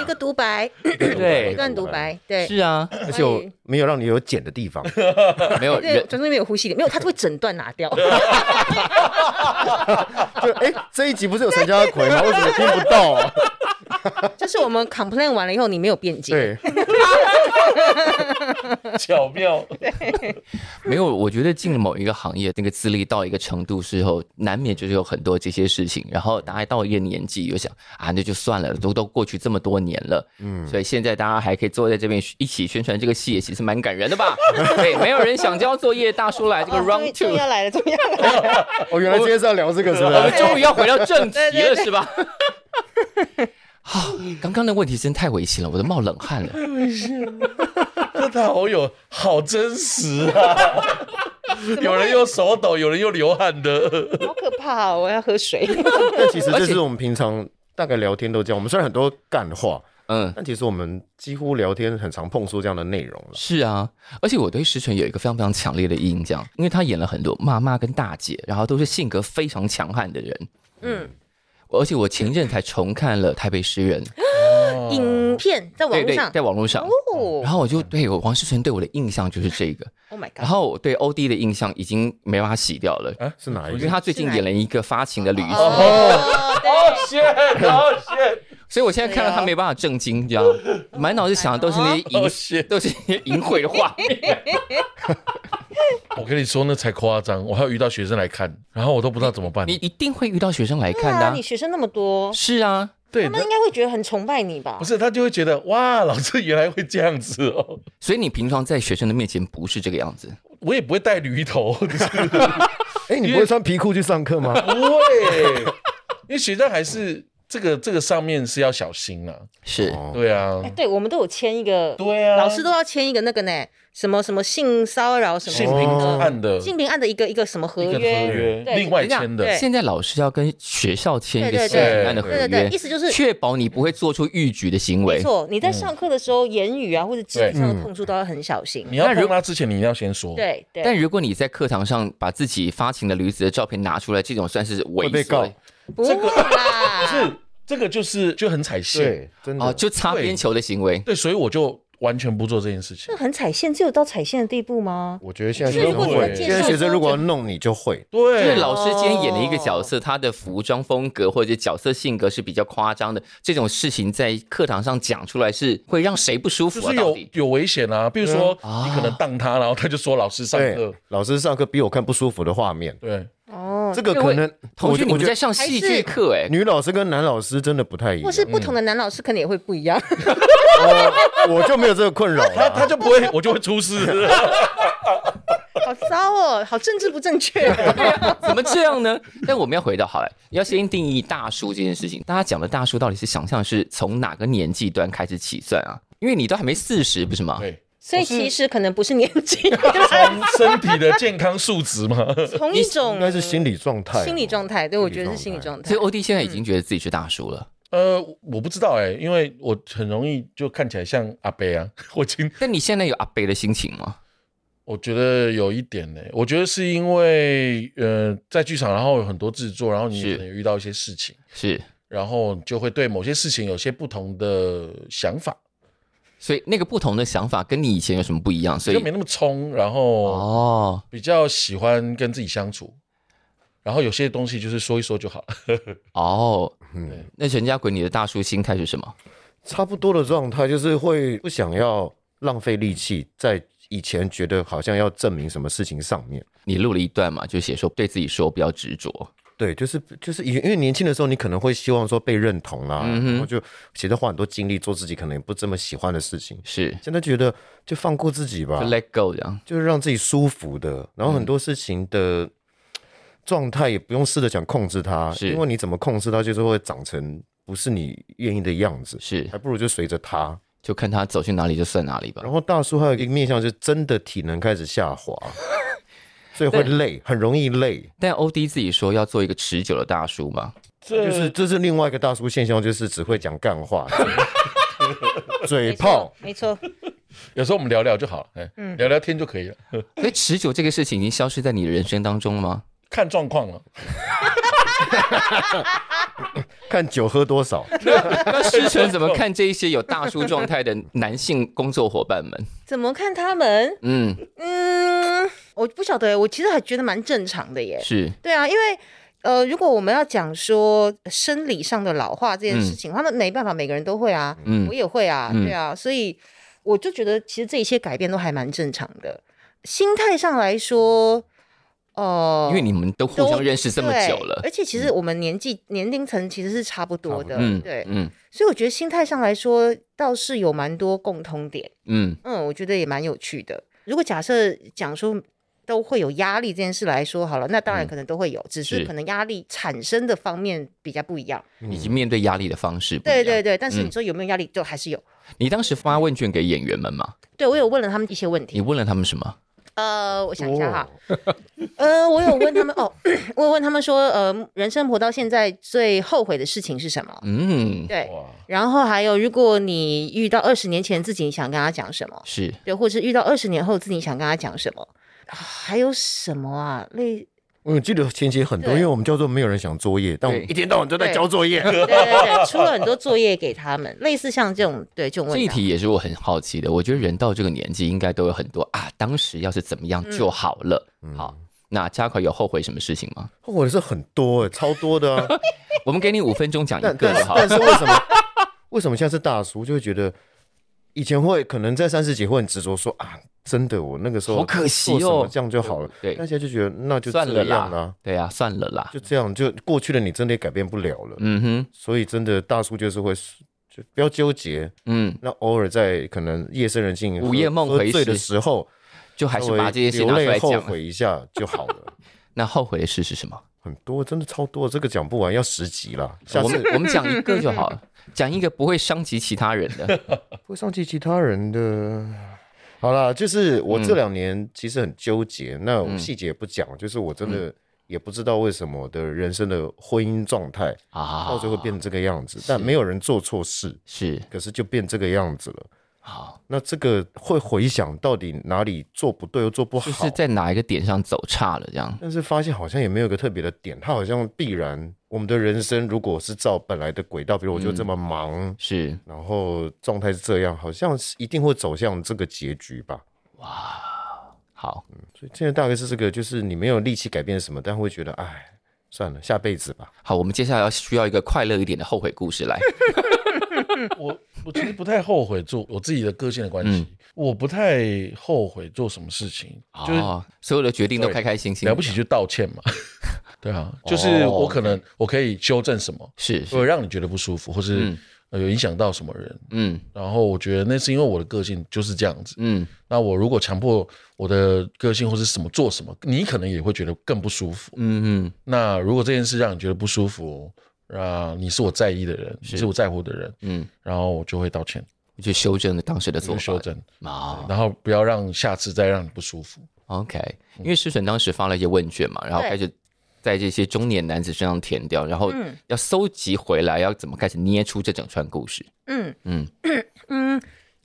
[SPEAKER 3] 一个独白，
[SPEAKER 2] 对
[SPEAKER 3] 一段独，白，哎对，
[SPEAKER 2] 是啊，
[SPEAKER 4] 而且我没有让你有剪的地方，
[SPEAKER 2] 没有
[SPEAKER 3] 对，
[SPEAKER 2] 人
[SPEAKER 3] 总之没有呼吸的，没有，他会整段拿 掉。
[SPEAKER 4] 就哎、这一集不是有陈家奎吗？为什么听不到啊？
[SPEAKER 3] 就是我们 complain 完了以后，你没有辩解，
[SPEAKER 4] 对，
[SPEAKER 1] 巧妙，
[SPEAKER 2] 没有，我觉得进了某一个行业，那个资历到一个程度之后，难免就是有很多这些事情。然后大家到一个年纪，又想啊，那就算了，都都过去这么多年了，嗯，所以现在大家还可以坐在这边一起宣传这个戏，也其实蛮感人的吧？ 对，没有人想交作业，大叔来这个
[SPEAKER 3] 哦终于
[SPEAKER 2] round
[SPEAKER 3] 终
[SPEAKER 2] two，
[SPEAKER 3] 于要来了，终于要来了。
[SPEAKER 4] 我、哦原来今天是要聊这个，是不
[SPEAKER 2] 我们
[SPEAKER 4] 是？
[SPEAKER 2] 终于要回到正题
[SPEAKER 3] 对对
[SPEAKER 2] 了，是吧？ 好，刚刚的问题真太危险了，我都冒冷汗了。
[SPEAKER 1] 这他好友好真实啊！有人又手抖，有人又流汗的，
[SPEAKER 3] 好可怕、哦！我要喝水。
[SPEAKER 4] 但其实这是我们平常大概聊天都这样，我们虽然很多干话，
[SPEAKER 2] 嗯，
[SPEAKER 4] 但其实我们几乎聊天很常碰出这样的内容了。
[SPEAKER 2] 是啊，而且我对石纯有一个非常非常强烈的印象，因为她演了很多妈妈跟大姐，然后都是性格非常强悍的人。
[SPEAKER 3] 嗯，
[SPEAKER 2] 而且我前阵才重看了《台北诗人》，
[SPEAKER 3] 影片在网
[SPEAKER 2] 对
[SPEAKER 3] 络
[SPEAKER 2] 对，
[SPEAKER 3] 上
[SPEAKER 2] 在网络上，然
[SPEAKER 3] 哦
[SPEAKER 2] 后我就对我王世纯对我的印象就是这个，
[SPEAKER 3] ，Oh my
[SPEAKER 2] 然
[SPEAKER 3] god！
[SPEAKER 2] 后我对欧弟的印象已经没办法洗掉了，
[SPEAKER 4] 是哪一
[SPEAKER 2] 因
[SPEAKER 4] 个
[SPEAKER 2] 为？他最
[SPEAKER 3] 啊
[SPEAKER 2] 近演了一个发情的旅行，
[SPEAKER 3] 哦，对，
[SPEAKER 1] 谢好谢
[SPEAKER 2] 所以我现在看到他没办法震惊，这样满脑子想的都是那些
[SPEAKER 1] 好
[SPEAKER 2] 淫，
[SPEAKER 1] 谢。
[SPEAKER 2] 都是那些淫秽的画面。
[SPEAKER 1] 我跟你说，那才夸张！我还有遇到学生来看，然后我都不知道怎么办
[SPEAKER 2] 你。一定会遇到学生来
[SPEAKER 3] 对
[SPEAKER 2] 看的
[SPEAKER 3] 啊，
[SPEAKER 2] 啊
[SPEAKER 3] 你，学生那么多，
[SPEAKER 2] 是啊，
[SPEAKER 1] 对
[SPEAKER 3] 他，们应该会觉得很崇拜你吧
[SPEAKER 1] 不？是他就会觉得哇，老师原来会这样子哦。
[SPEAKER 2] 所以你平常在学生的面前不是这个样子，
[SPEAKER 1] 我也不会带驴头，不 会，
[SPEAKER 4] 哎、你不会穿皮裤去上课吗？
[SPEAKER 1] 因为学生还是这个这个上面是要小心啊。
[SPEAKER 2] 是
[SPEAKER 4] 哦
[SPEAKER 1] 对啊
[SPEAKER 3] 哎，，对，我们都有签一个，
[SPEAKER 1] 对啊，
[SPEAKER 3] 老师都要签一个那个呢，什么什么性骚扰什么
[SPEAKER 1] 性平案的
[SPEAKER 3] 性平案的一个一个什么合
[SPEAKER 1] 一个合
[SPEAKER 3] 约，
[SPEAKER 1] 约，
[SPEAKER 3] 对
[SPEAKER 1] 另外签的
[SPEAKER 3] 对
[SPEAKER 2] 现在老师要跟学校签一个
[SPEAKER 3] 对对
[SPEAKER 2] 性平案的合
[SPEAKER 3] 对对
[SPEAKER 2] 约，
[SPEAKER 3] 对，意思就是
[SPEAKER 2] 确保你不会做出逾矩的行
[SPEAKER 3] 没
[SPEAKER 2] 为。
[SPEAKER 3] 错，你在上课的时候言语啊或者肢体上的碰触都要很小心。
[SPEAKER 1] 你要碰他之前，你一定要先说。
[SPEAKER 3] 对对，
[SPEAKER 2] 但如果你在课堂上把自己发情的驴子的照片拿出来，这种算是猥
[SPEAKER 4] 会被告
[SPEAKER 2] 琐
[SPEAKER 3] 不会啦，
[SPEAKER 1] 是这个就是就很踩线。
[SPEAKER 4] 对，真的、
[SPEAKER 2] 哦，就擦边球的行为。
[SPEAKER 1] 对，所以我就完全不做这件事 情
[SPEAKER 3] 这。很踩线，只有到踩线的地步吗？
[SPEAKER 4] 我觉得现在
[SPEAKER 1] 是
[SPEAKER 4] 学生
[SPEAKER 1] 如果
[SPEAKER 4] 会，
[SPEAKER 1] 你
[SPEAKER 4] 现
[SPEAKER 1] 介
[SPEAKER 4] 在
[SPEAKER 3] 绍
[SPEAKER 4] 学生
[SPEAKER 3] 说
[SPEAKER 4] 如果要
[SPEAKER 3] 这
[SPEAKER 4] 弄你就会，
[SPEAKER 2] 因为
[SPEAKER 1] 对，哦
[SPEAKER 2] 老师今天演了一个角色，他的服装风格或者角色性格是比较夸张的，这种事情在课堂上讲出来是会让谁不舒
[SPEAKER 1] 就
[SPEAKER 2] 服啊？
[SPEAKER 1] 是
[SPEAKER 2] 到
[SPEAKER 1] 有
[SPEAKER 2] 底
[SPEAKER 1] 有危险啊，比如说
[SPEAKER 2] 啊
[SPEAKER 3] 哦
[SPEAKER 4] 这个
[SPEAKER 2] 因
[SPEAKER 4] 可
[SPEAKER 2] 为
[SPEAKER 4] 能
[SPEAKER 2] 同
[SPEAKER 4] 我
[SPEAKER 2] 学
[SPEAKER 4] 觉
[SPEAKER 2] 你
[SPEAKER 4] 我
[SPEAKER 2] 们
[SPEAKER 4] 觉
[SPEAKER 2] 在
[SPEAKER 4] 得
[SPEAKER 2] 上
[SPEAKER 3] 还
[SPEAKER 2] 戏
[SPEAKER 3] 是
[SPEAKER 2] 剧课哎、
[SPEAKER 4] 女老师跟男老师真的不太一样
[SPEAKER 3] 或，是不同的男老师可能也会不一样。
[SPEAKER 4] 我我就没有这个困扰
[SPEAKER 2] 啊
[SPEAKER 1] 他
[SPEAKER 4] 了。啊
[SPEAKER 1] 他就不会，我就会出 事。
[SPEAKER 3] 好糟哦，好政治不正确。啊
[SPEAKER 2] 怎么这样呢？ 但我们要回到好了，要先定义大叔这件事情。大家讲的大叔到底是想象是从哪个年纪段开始起算啊？因为你都还没四十，不是吗？
[SPEAKER 1] 对，
[SPEAKER 3] 所以其实可能不是年纪，
[SPEAKER 1] 从身体的健康数值嘛，
[SPEAKER 3] 从一种
[SPEAKER 4] 应该是心理状态，啊
[SPEAKER 3] 心理状态。对，我觉得是
[SPEAKER 4] 心
[SPEAKER 3] 心
[SPEAKER 4] 理
[SPEAKER 3] 理
[SPEAKER 4] 状
[SPEAKER 3] 状态
[SPEAKER 2] 所以。欧弟现在已经觉得自己是大叔了。
[SPEAKER 1] 呃，我不知道哎、因为我很容易就看起来像阿伯啊， 我今
[SPEAKER 2] 但你现在有阿贝的心情吗？
[SPEAKER 1] 我觉得有一点呢、我觉得是因为呃，在剧场，然后有很多制作，然后你
[SPEAKER 2] 是
[SPEAKER 1] 可能遇到一些事情，
[SPEAKER 2] 是，
[SPEAKER 1] 然后你就会对某些事情有些不同的想法，
[SPEAKER 2] 所以那个不同的想法跟你以前有什么不一样？所以
[SPEAKER 1] 就没那么冲，然后
[SPEAKER 2] 哦，
[SPEAKER 1] 比较喜欢跟自己相处，然后有些东西就是说一说就好了。
[SPEAKER 2] 哦，
[SPEAKER 4] 嗯
[SPEAKER 2] 那陈家鬼，你的大叔心态是什么？
[SPEAKER 4] 差不多的状态，就是会不想要浪费力气在以前觉得好像要证明什么事情上面。
[SPEAKER 2] 你录了一段嘛，就写说对自己说不要执着，
[SPEAKER 4] 对，就是就是因为因为年轻的时候，你可能会希望说被认同啊啦，
[SPEAKER 2] 嗯哼
[SPEAKER 4] 然后就其实花很多精力做自己可能也不这么喜欢的事情。
[SPEAKER 2] 是
[SPEAKER 4] 现在觉得就放过自己吧
[SPEAKER 2] 就，let go 这样。
[SPEAKER 4] 就是让自己舒服的，然后很多事情的状态也不用试着想控制它，
[SPEAKER 2] 是
[SPEAKER 4] 因为你怎么控制它，就是会长成不是你愿意的样子，
[SPEAKER 2] 是
[SPEAKER 4] 还，不如就随着它。
[SPEAKER 2] 就看他走去哪里就算哪里吧
[SPEAKER 4] 然。后大叔还有一个面向，就是真的体能开始下 滑，所以会累，很容易累。
[SPEAKER 2] 但欧弟自己说要做一个持久的大叔嘛，
[SPEAKER 1] 这
[SPEAKER 4] 就是这是另外一个大叔现象，就是只会讲干话，嘴
[SPEAKER 3] 没
[SPEAKER 4] 炮
[SPEAKER 3] 错，。没错，
[SPEAKER 1] 有时候我们聊聊就好了，哎、聊聊天就可以了，
[SPEAKER 2] 所以持久这个事情已经消失在你的人生当中了吗？
[SPEAKER 1] 看状况了。
[SPEAKER 4] 看酒喝多 少。
[SPEAKER 2] 那师承怎么看这一些有大叔状态的男性工作伙伴们？
[SPEAKER 3] 怎么看他们？
[SPEAKER 2] 嗯，
[SPEAKER 3] 嗯，我不晓得，我其实还觉得蛮正常的耶。
[SPEAKER 2] 是
[SPEAKER 3] 对啊，因为呃，如果我们要讲说生理上的老化这件事情，他们没办法，每个人都会啊，
[SPEAKER 2] 嗯
[SPEAKER 3] 我也会啊，
[SPEAKER 2] 嗯
[SPEAKER 3] 对啊，所以我就觉得其实这一些改变都还蛮正常的。心态上来说，呃，
[SPEAKER 2] 因为你们都互相
[SPEAKER 3] 都
[SPEAKER 2] 认识这么
[SPEAKER 3] 对
[SPEAKER 2] 久了
[SPEAKER 3] 而，且其实我们年纪、年龄层其实是差不多的，
[SPEAKER 2] 嗯，
[SPEAKER 3] 对，
[SPEAKER 2] 嗯
[SPEAKER 3] 所以我觉得心态上来说倒是有蛮多共通点，
[SPEAKER 2] 嗯，
[SPEAKER 3] 嗯，我觉得也蛮有趣的。如果假设讲说都会有压力这件事来说好了，那当然可能都会有，只是
[SPEAKER 2] 嗯是
[SPEAKER 3] 可能压力产生的方面比较不一样。
[SPEAKER 2] 以及面对压力的方式不一
[SPEAKER 3] 对
[SPEAKER 2] 样。
[SPEAKER 3] 对对，但是
[SPEAKER 2] 嗯
[SPEAKER 3] 你说有没有压力，就还是有。
[SPEAKER 2] 你当时发问卷给演员们嘛？
[SPEAKER 3] 对我有问了他们一些问
[SPEAKER 2] 你哦
[SPEAKER 3] 题，
[SPEAKER 2] 问了他们什么？
[SPEAKER 3] 呃，我想一下哈，呃，我有问他们哦，我有问他们说，呃，人生活到现在最后悔的事情是什么？
[SPEAKER 2] 嗯，
[SPEAKER 3] 对，
[SPEAKER 1] 哇，
[SPEAKER 3] 然后还有，如果你遇到二十年前自己，你想跟他讲什么？
[SPEAKER 2] 是
[SPEAKER 3] 对，或是遇到二十年后自己想跟他讲什么？啊还有什么啊？类
[SPEAKER 4] 我记得前期很多，
[SPEAKER 3] 对
[SPEAKER 4] 因为我们叫做没有人想作业，但我们
[SPEAKER 2] 对
[SPEAKER 4] 一天到晚都在交作业。
[SPEAKER 3] 对对对，出了很多作业给他们，类似像这种对这种
[SPEAKER 2] 这
[SPEAKER 3] 问
[SPEAKER 2] 一
[SPEAKER 3] 题
[SPEAKER 2] 题也是我很好奇的。我觉得人到这个年纪，应该都有很多啊，当时要是怎么样就好了。
[SPEAKER 4] 嗯
[SPEAKER 2] 好，那嘉奎有后悔什么事情 吗？
[SPEAKER 4] 我的是很多哎，超多的啊。
[SPEAKER 2] 我们给你五分钟讲一
[SPEAKER 4] 但
[SPEAKER 2] 个
[SPEAKER 4] 但
[SPEAKER 2] 就
[SPEAKER 4] 是
[SPEAKER 2] 好
[SPEAKER 4] 但是为什么为什么现在是大叔就会觉得以前会可能在三十几会很执着说啊，真的我那个时候
[SPEAKER 2] 好可惜哦
[SPEAKER 4] 做什么这样就好了。
[SPEAKER 2] 对
[SPEAKER 4] 那现在就觉得那就
[SPEAKER 2] 算了
[SPEAKER 4] 这样
[SPEAKER 2] 啦
[SPEAKER 4] 啦，，
[SPEAKER 2] 对啊，算了啦。
[SPEAKER 4] 就这样就过去的你真的也改变不了了，
[SPEAKER 2] 嗯哼，
[SPEAKER 4] 所以真的大叔就是会就不要纠结。
[SPEAKER 2] 嗯，
[SPEAKER 4] 那偶尔在可能夜深人静、
[SPEAKER 2] 午夜梦
[SPEAKER 4] 喝
[SPEAKER 2] 回
[SPEAKER 4] 喝醉的
[SPEAKER 2] 时
[SPEAKER 4] 时候，
[SPEAKER 2] 就还是
[SPEAKER 4] 稍微
[SPEAKER 2] 把这些事
[SPEAKER 4] 流
[SPEAKER 2] 拿出来
[SPEAKER 4] 泪后
[SPEAKER 2] 讲。
[SPEAKER 4] 悔一下就好了。
[SPEAKER 2] 那后悔的事是什么？
[SPEAKER 4] 很多真的超多，这个讲不完，要十集啦。下
[SPEAKER 2] 我
[SPEAKER 4] 次
[SPEAKER 2] 们我们讲一个就好了，讲一个不会伤及其他人 的。
[SPEAKER 4] 不会上去其他人的。嗯好啦，就是我这两年其实很纠结，那我细节不讲，就是我真的也不知道为什么我的人生的婚姻状态
[SPEAKER 2] 啊
[SPEAKER 4] 到最后变成这个样子，但没有人做错事，
[SPEAKER 2] 是
[SPEAKER 4] 可是就变这个样子了。
[SPEAKER 2] 好，
[SPEAKER 4] 那这个会回想到底哪里做不对又做不好，
[SPEAKER 2] 就是在哪一个点上走差了这样。
[SPEAKER 4] 但是发现好像也没有一个特别的点，它好像必然我们的人生如果是照本来的轨道，比如我就这么忙，
[SPEAKER 2] 是
[SPEAKER 4] 然后状态是这样，好像是一定会走向这个结局吧。
[SPEAKER 2] 好，
[SPEAKER 4] 所以现在大概是这个，就是你没有力气改变什么，但会觉得哎，算了，下辈子吧。
[SPEAKER 2] 好，我们接下来要需要一个快乐一点的后悔故事来。
[SPEAKER 1] 我我其实不太后悔做我自己的个性的关系，我不太后悔做什么事情，就是
[SPEAKER 2] 哦哦，所有的决定都开开心心，
[SPEAKER 1] 了不起就道歉嘛。对啊，就是我可能
[SPEAKER 4] OK
[SPEAKER 1] 我可以修正什么，
[SPEAKER 2] 是是，
[SPEAKER 1] 会让你觉得不舒服，或是
[SPEAKER 2] 嗯
[SPEAKER 1] 呃有影响到什么人。
[SPEAKER 2] 嗯
[SPEAKER 1] 然后我觉得那是因为我的个性就是这样子。
[SPEAKER 2] 嗯
[SPEAKER 1] 那我如果强迫我的个性或是什么做什么，你可能也会觉得更不舒服。
[SPEAKER 2] 嗯嗯
[SPEAKER 1] 那如果这件事让你觉得不舒服，啊，你是我在意的人，你是我在乎的人，
[SPEAKER 2] 嗯，
[SPEAKER 1] 然后我就会道歉，
[SPEAKER 2] 我去修正了当时的
[SPEAKER 1] 我
[SPEAKER 2] 做
[SPEAKER 1] 会
[SPEAKER 2] 法，
[SPEAKER 1] 修正，
[SPEAKER 2] 啊、
[SPEAKER 1] 然后不要让下次再让你不舒 服。
[SPEAKER 2] OK，因为诗纯当时发了一些问卷嘛，然后
[SPEAKER 3] 对
[SPEAKER 2] 开始在这些中年男子身上填掉，然后
[SPEAKER 3] 嗯
[SPEAKER 2] 要搜集回来，要怎么开始捏出这整串故事。
[SPEAKER 3] 嗯
[SPEAKER 2] 嗯，
[SPEAKER 3] 嗯，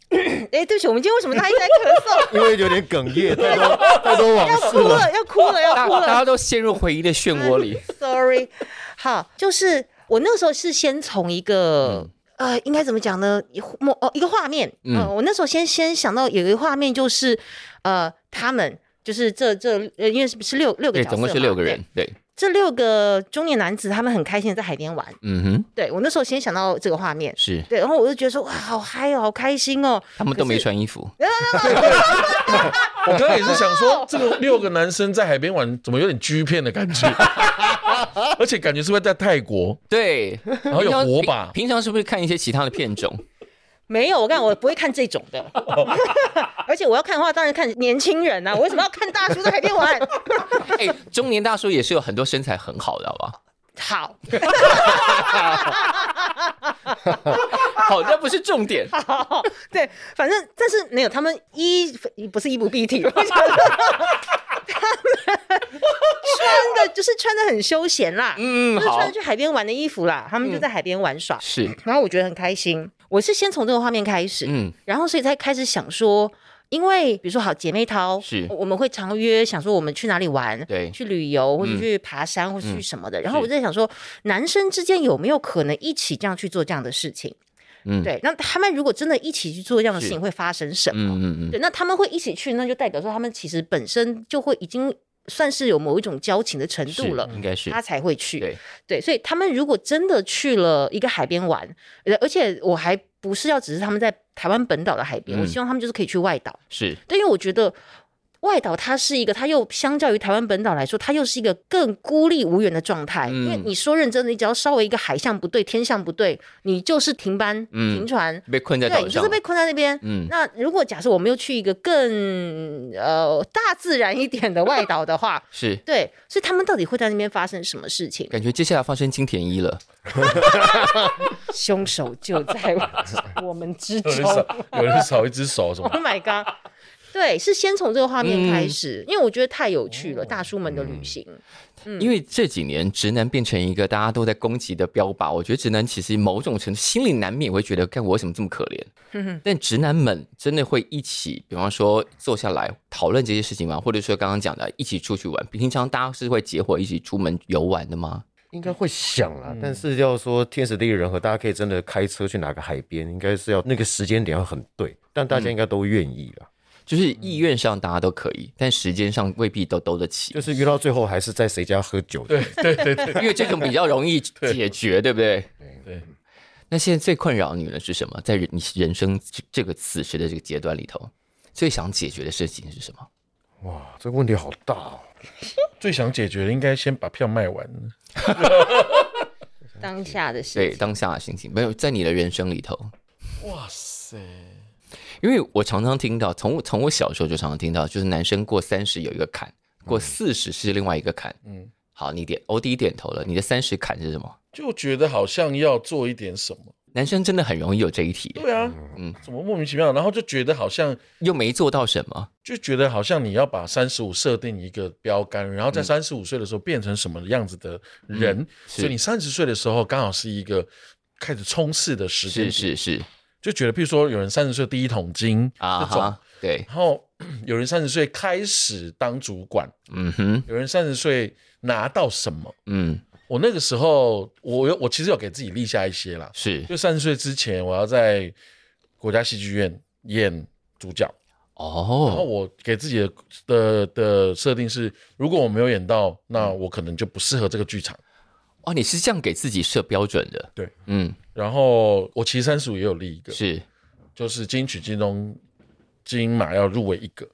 [SPEAKER 3] 哎、对不起，我们今天为什么大家一直在咳嗽？
[SPEAKER 4] 因为有点哽咽，太多太多往
[SPEAKER 3] 要
[SPEAKER 4] 事
[SPEAKER 3] 哭
[SPEAKER 4] 了。
[SPEAKER 3] 了，要哭了，要
[SPEAKER 2] 大
[SPEAKER 3] 哭
[SPEAKER 2] 大
[SPEAKER 3] 了
[SPEAKER 2] 家。都陷入回忆的漩涡里。
[SPEAKER 3] Sorry，好，就是我那个时候是先从一个、呃，应该怎么讲呢？一梦哦，一个画面。嗯、
[SPEAKER 2] 嗯
[SPEAKER 3] 我那时候先先想到有一个画面，就是呃，他们就是这这呃，因为是是六六个
[SPEAKER 2] 对，
[SPEAKER 3] 角色
[SPEAKER 2] 总
[SPEAKER 3] 嘛，
[SPEAKER 2] 共是六个人
[SPEAKER 3] 对。。
[SPEAKER 2] 对，
[SPEAKER 3] 这六个中年男子他们很开心的在海边玩。
[SPEAKER 2] 嗯哼，
[SPEAKER 3] 对我那时候先想到这个画面，
[SPEAKER 2] 是
[SPEAKER 3] 对，然后我就觉得说哇，好嗨哦，好开心哦。
[SPEAKER 2] 他们都没
[SPEAKER 3] 可是
[SPEAKER 2] 穿衣服。
[SPEAKER 1] 我刚才也是想说， 这个六个男生在海边玩，怎么有点 G 片的感觉？ 而且感觉是会在泰国，
[SPEAKER 2] 对，
[SPEAKER 1] 然后有
[SPEAKER 2] 平常
[SPEAKER 1] 火把
[SPEAKER 2] 平。平常是不是看一些其他的片种？
[SPEAKER 3] 没有，我看我不会看这种的，
[SPEAKER 2] 哦
[SPEAKER 3] 而且我要看的话，当然看年轻人啊，我为什么要看大叔在海边玩？
[SPEAKER 2] 哎，中年大叔也是有很多身材很好的，好 吧？
[SPEAKER 3] 好，
[SPEAKER 2] 好，那不是重 点。
[SPEAKER 3] 好，对，反正但是没有，他们衣服不是衣不蔽体，我觉得他们穿的就是穿的很休闲啦，
[SPEAKER 2] 嗯，
[SPEAKER 3] 就是
[SPEAKER 2] 好嗯
[SPEAKER 3] 穿，着去海边玩的衣服啦，他们就在海边玩耍，
[SPEAKER 2] 是，
[SPEAKER 3] 然后我觉得很开心。我是先从这个画面开始，
[SPEAKER 2] 嗯
[SPEAKER 3] 然后所以才开始想说。因为比如说好姐妹淘，
[SPEAKER 2] 是
[SPEAKER 3] 我们会常约，想说我们去哪里玩，
[SPEAKER 2] 对
[SPEAKER 3] 去旅游或者
[SPEAKER 2] 嗯
[SPEAKER 3] 去爬山、或是去什么的。然后
[SPEAKER 2] 是
[SPEAKER 3] 我在想说，男生之间有没有可能一起这样去做这样的事情？
[SPEAKER 2] 嗯
[SPEAKER 3] 对，那他们如果真的一起去做这样的事情，
[SPEAKER 2] 是
[SPEAKER 3] 会发生什么？
[SPEAKER 2] 嗯嗯嗯，
[SPEAKER 3] 对，那他们会一起去，那就代表说他们其实本身就会已经算是有某一种交情的程
[SPEAKER 2] 是
[SPEAKER 3] 度了。
[SPEAKER 2] 应该是
[SPEAKER 3] 他。才会去，
[SPEAKER 2] 对
[SPEAKER 3] 所以他们如果真的去了一个海边玩，呃而且我还不是要只是他们在台湾本岛的海边，
[SPEAKER 2] 嗯
[SPEAKER 3] 我希望他们就是可以去外岛，
[SPEAKER 2] 是，
[SPEAKER 3] 对，因为我觉得外岛它是一个，它又相较于台湾本岛来说，它又是一个更孤立无援的状态。
[SPEAKER 2] 嗯
[SPEAKER 3] 因为你说认真的，你只要稍微一个海象不对、天象不对，你就是停班、
[SPEAKER 2] 嗯
[SPEAKER 3] 停船，
[SPEAKER 2] 被困在
[SPEAKER 3] 对，
[SPEAKER 2] 岛
[SPEAKER 3] 你就
[SPEAKER 2] 上
[SPEAKER 3] 是。被困在那边。
[SPEAKER 2] 嗯，
[SPEAKER 3] 那如果假设我们又去一个更呃大自然一点的外岛的话
[SPEAKER 2] 是，
[SPEAKER 3] 对，所以他们到底会在那边发生什么事情？
[SPEAKER 2] 感觉接下来发生金田一了。
[SPEAKER 3] 凶手就在我们之
[SPEAKER 1] 有人
[SPEAKER 3] 中。
[SPEAKER 1] 少， 有人少一只手什
[SPEAKER 3] Oh
[SPEAKER 1] 么？
[SPEAKER 3] my god！对，是先从这个画面开始，因为我觉得太有趣了，大叔们的旅行。嗯
[SPEAKER 2] 因为这几年直男变成一个大家都在攻击的标靶，我觉得直男其实某种程度心里难免会觉得，看我为什么这么可怜？
[SPEAKER 3] 嗯
[SPEAKER 2] 但直男们真的会一起，比方说坐下来讨论这些事情吗？或者说刚刚讲的，一起出去玩，平常大家是会结伙一起出门游玩的吗？
[SPEAKER 4] 应该会想啦，但是要说天时地利人和，大家可以真的开车去哪个海边，应该是要那个时间点要很对，但大家应该都愿意啦。
[SPEAKER 2] 就是意愿上大家都可
[SPEAKER 1] 嗯
[SPEAKER 2] 以，但时间上未必都兜得起
[SPEAKER 4] 就，是约到最后还是在谁家喝酒的，
[SPEAKER 2] 因为这种比较容易 解决，对不对？
[SPEAKER 1] 对，
[SPEAKER 2] 那现在最困扰你的是什么？在人你人生这这个此时的这个阶段里头，最想解决的事情是什么？
[SPEAKER 4] 哇，这个问题好大哦。
[SPEAKER 1] 最想解决的应该先把票卖完。
[SPEAKER 3] 当下的事
[SPEAKER 2] 对
[SPEAKER 3] 情。
[SPEAKER 2] 当下的心情，没有在你的人生里头，
[SPEAKER 1] 哇塞，
[SPEAKER 2] 因为我常常听到，从从我小时候就常常听到，就是男生过三十有一个坎，过四十是另外一个坎。嗯
[SPEAKER 1] 嗯，
[SPEAKER 2] 好，你点欧弟点头了，你的三十坎是什么？
[SPEAKER 1] 就觉得好像要做一点什么。
[SPEAKER 2] 男生真的很容易有这一题，
[SPEAKER 1] 对啊，嗯，怎么莫名其妙？然后就觉得好像，
[SPEAKER 2] 又没做到什么，
[SPEAKER 1] 就觉得好像你要把三十五设定一个标杆，然后
[SPEAKER 2] 嗯
[SPEAKER 1] 在三十五岁的时候变成什么样子的人，所以你三十岁的时候刚好是一个开始冲刺的时间
[SPEAKER 2] 是
[SPEAKER 1] 点，
[SPEAKER 2] 是是
[SPEAKER 1] 就觉得，譬如说有人三十岁第一桶金
[SPEAKER 2] 啊
[SPEAKER 1] 这种
[SPEAKER 2] 哈，，对，
[SPEAKER 1] 然后有人三十岁开始当主管，
[SPEAKER 2] 嗯哼，
[SPEAKER 1] 有人三十岁拿到什么。
[SPEAKER 2] 嗯
[SPEAKER 1] 我那个时候，我有我其实有给自己立下一些啦，
[SPEAKER 2] 是
[SPEAKER 1] 就三十岁之前，我要在国家戏剧院演主角。然后
[SPEAKER 2] 哦，
[SPEAKER 1] 我给自己的的的设定是，如果我没有演到，那我可能就不适合这个剧场。
[SPEAKER 2] 哦，你是这样给自己设标准的，
[SPEAKER 1] 对，
[SPEAKER 2] 嗯，
[SPEAKER 1] 然后我其实三十五也有立一个，
[SPEAKER 2] 是，
[SPEAKER 1] 就是金曲、金钟、金马要入围一个。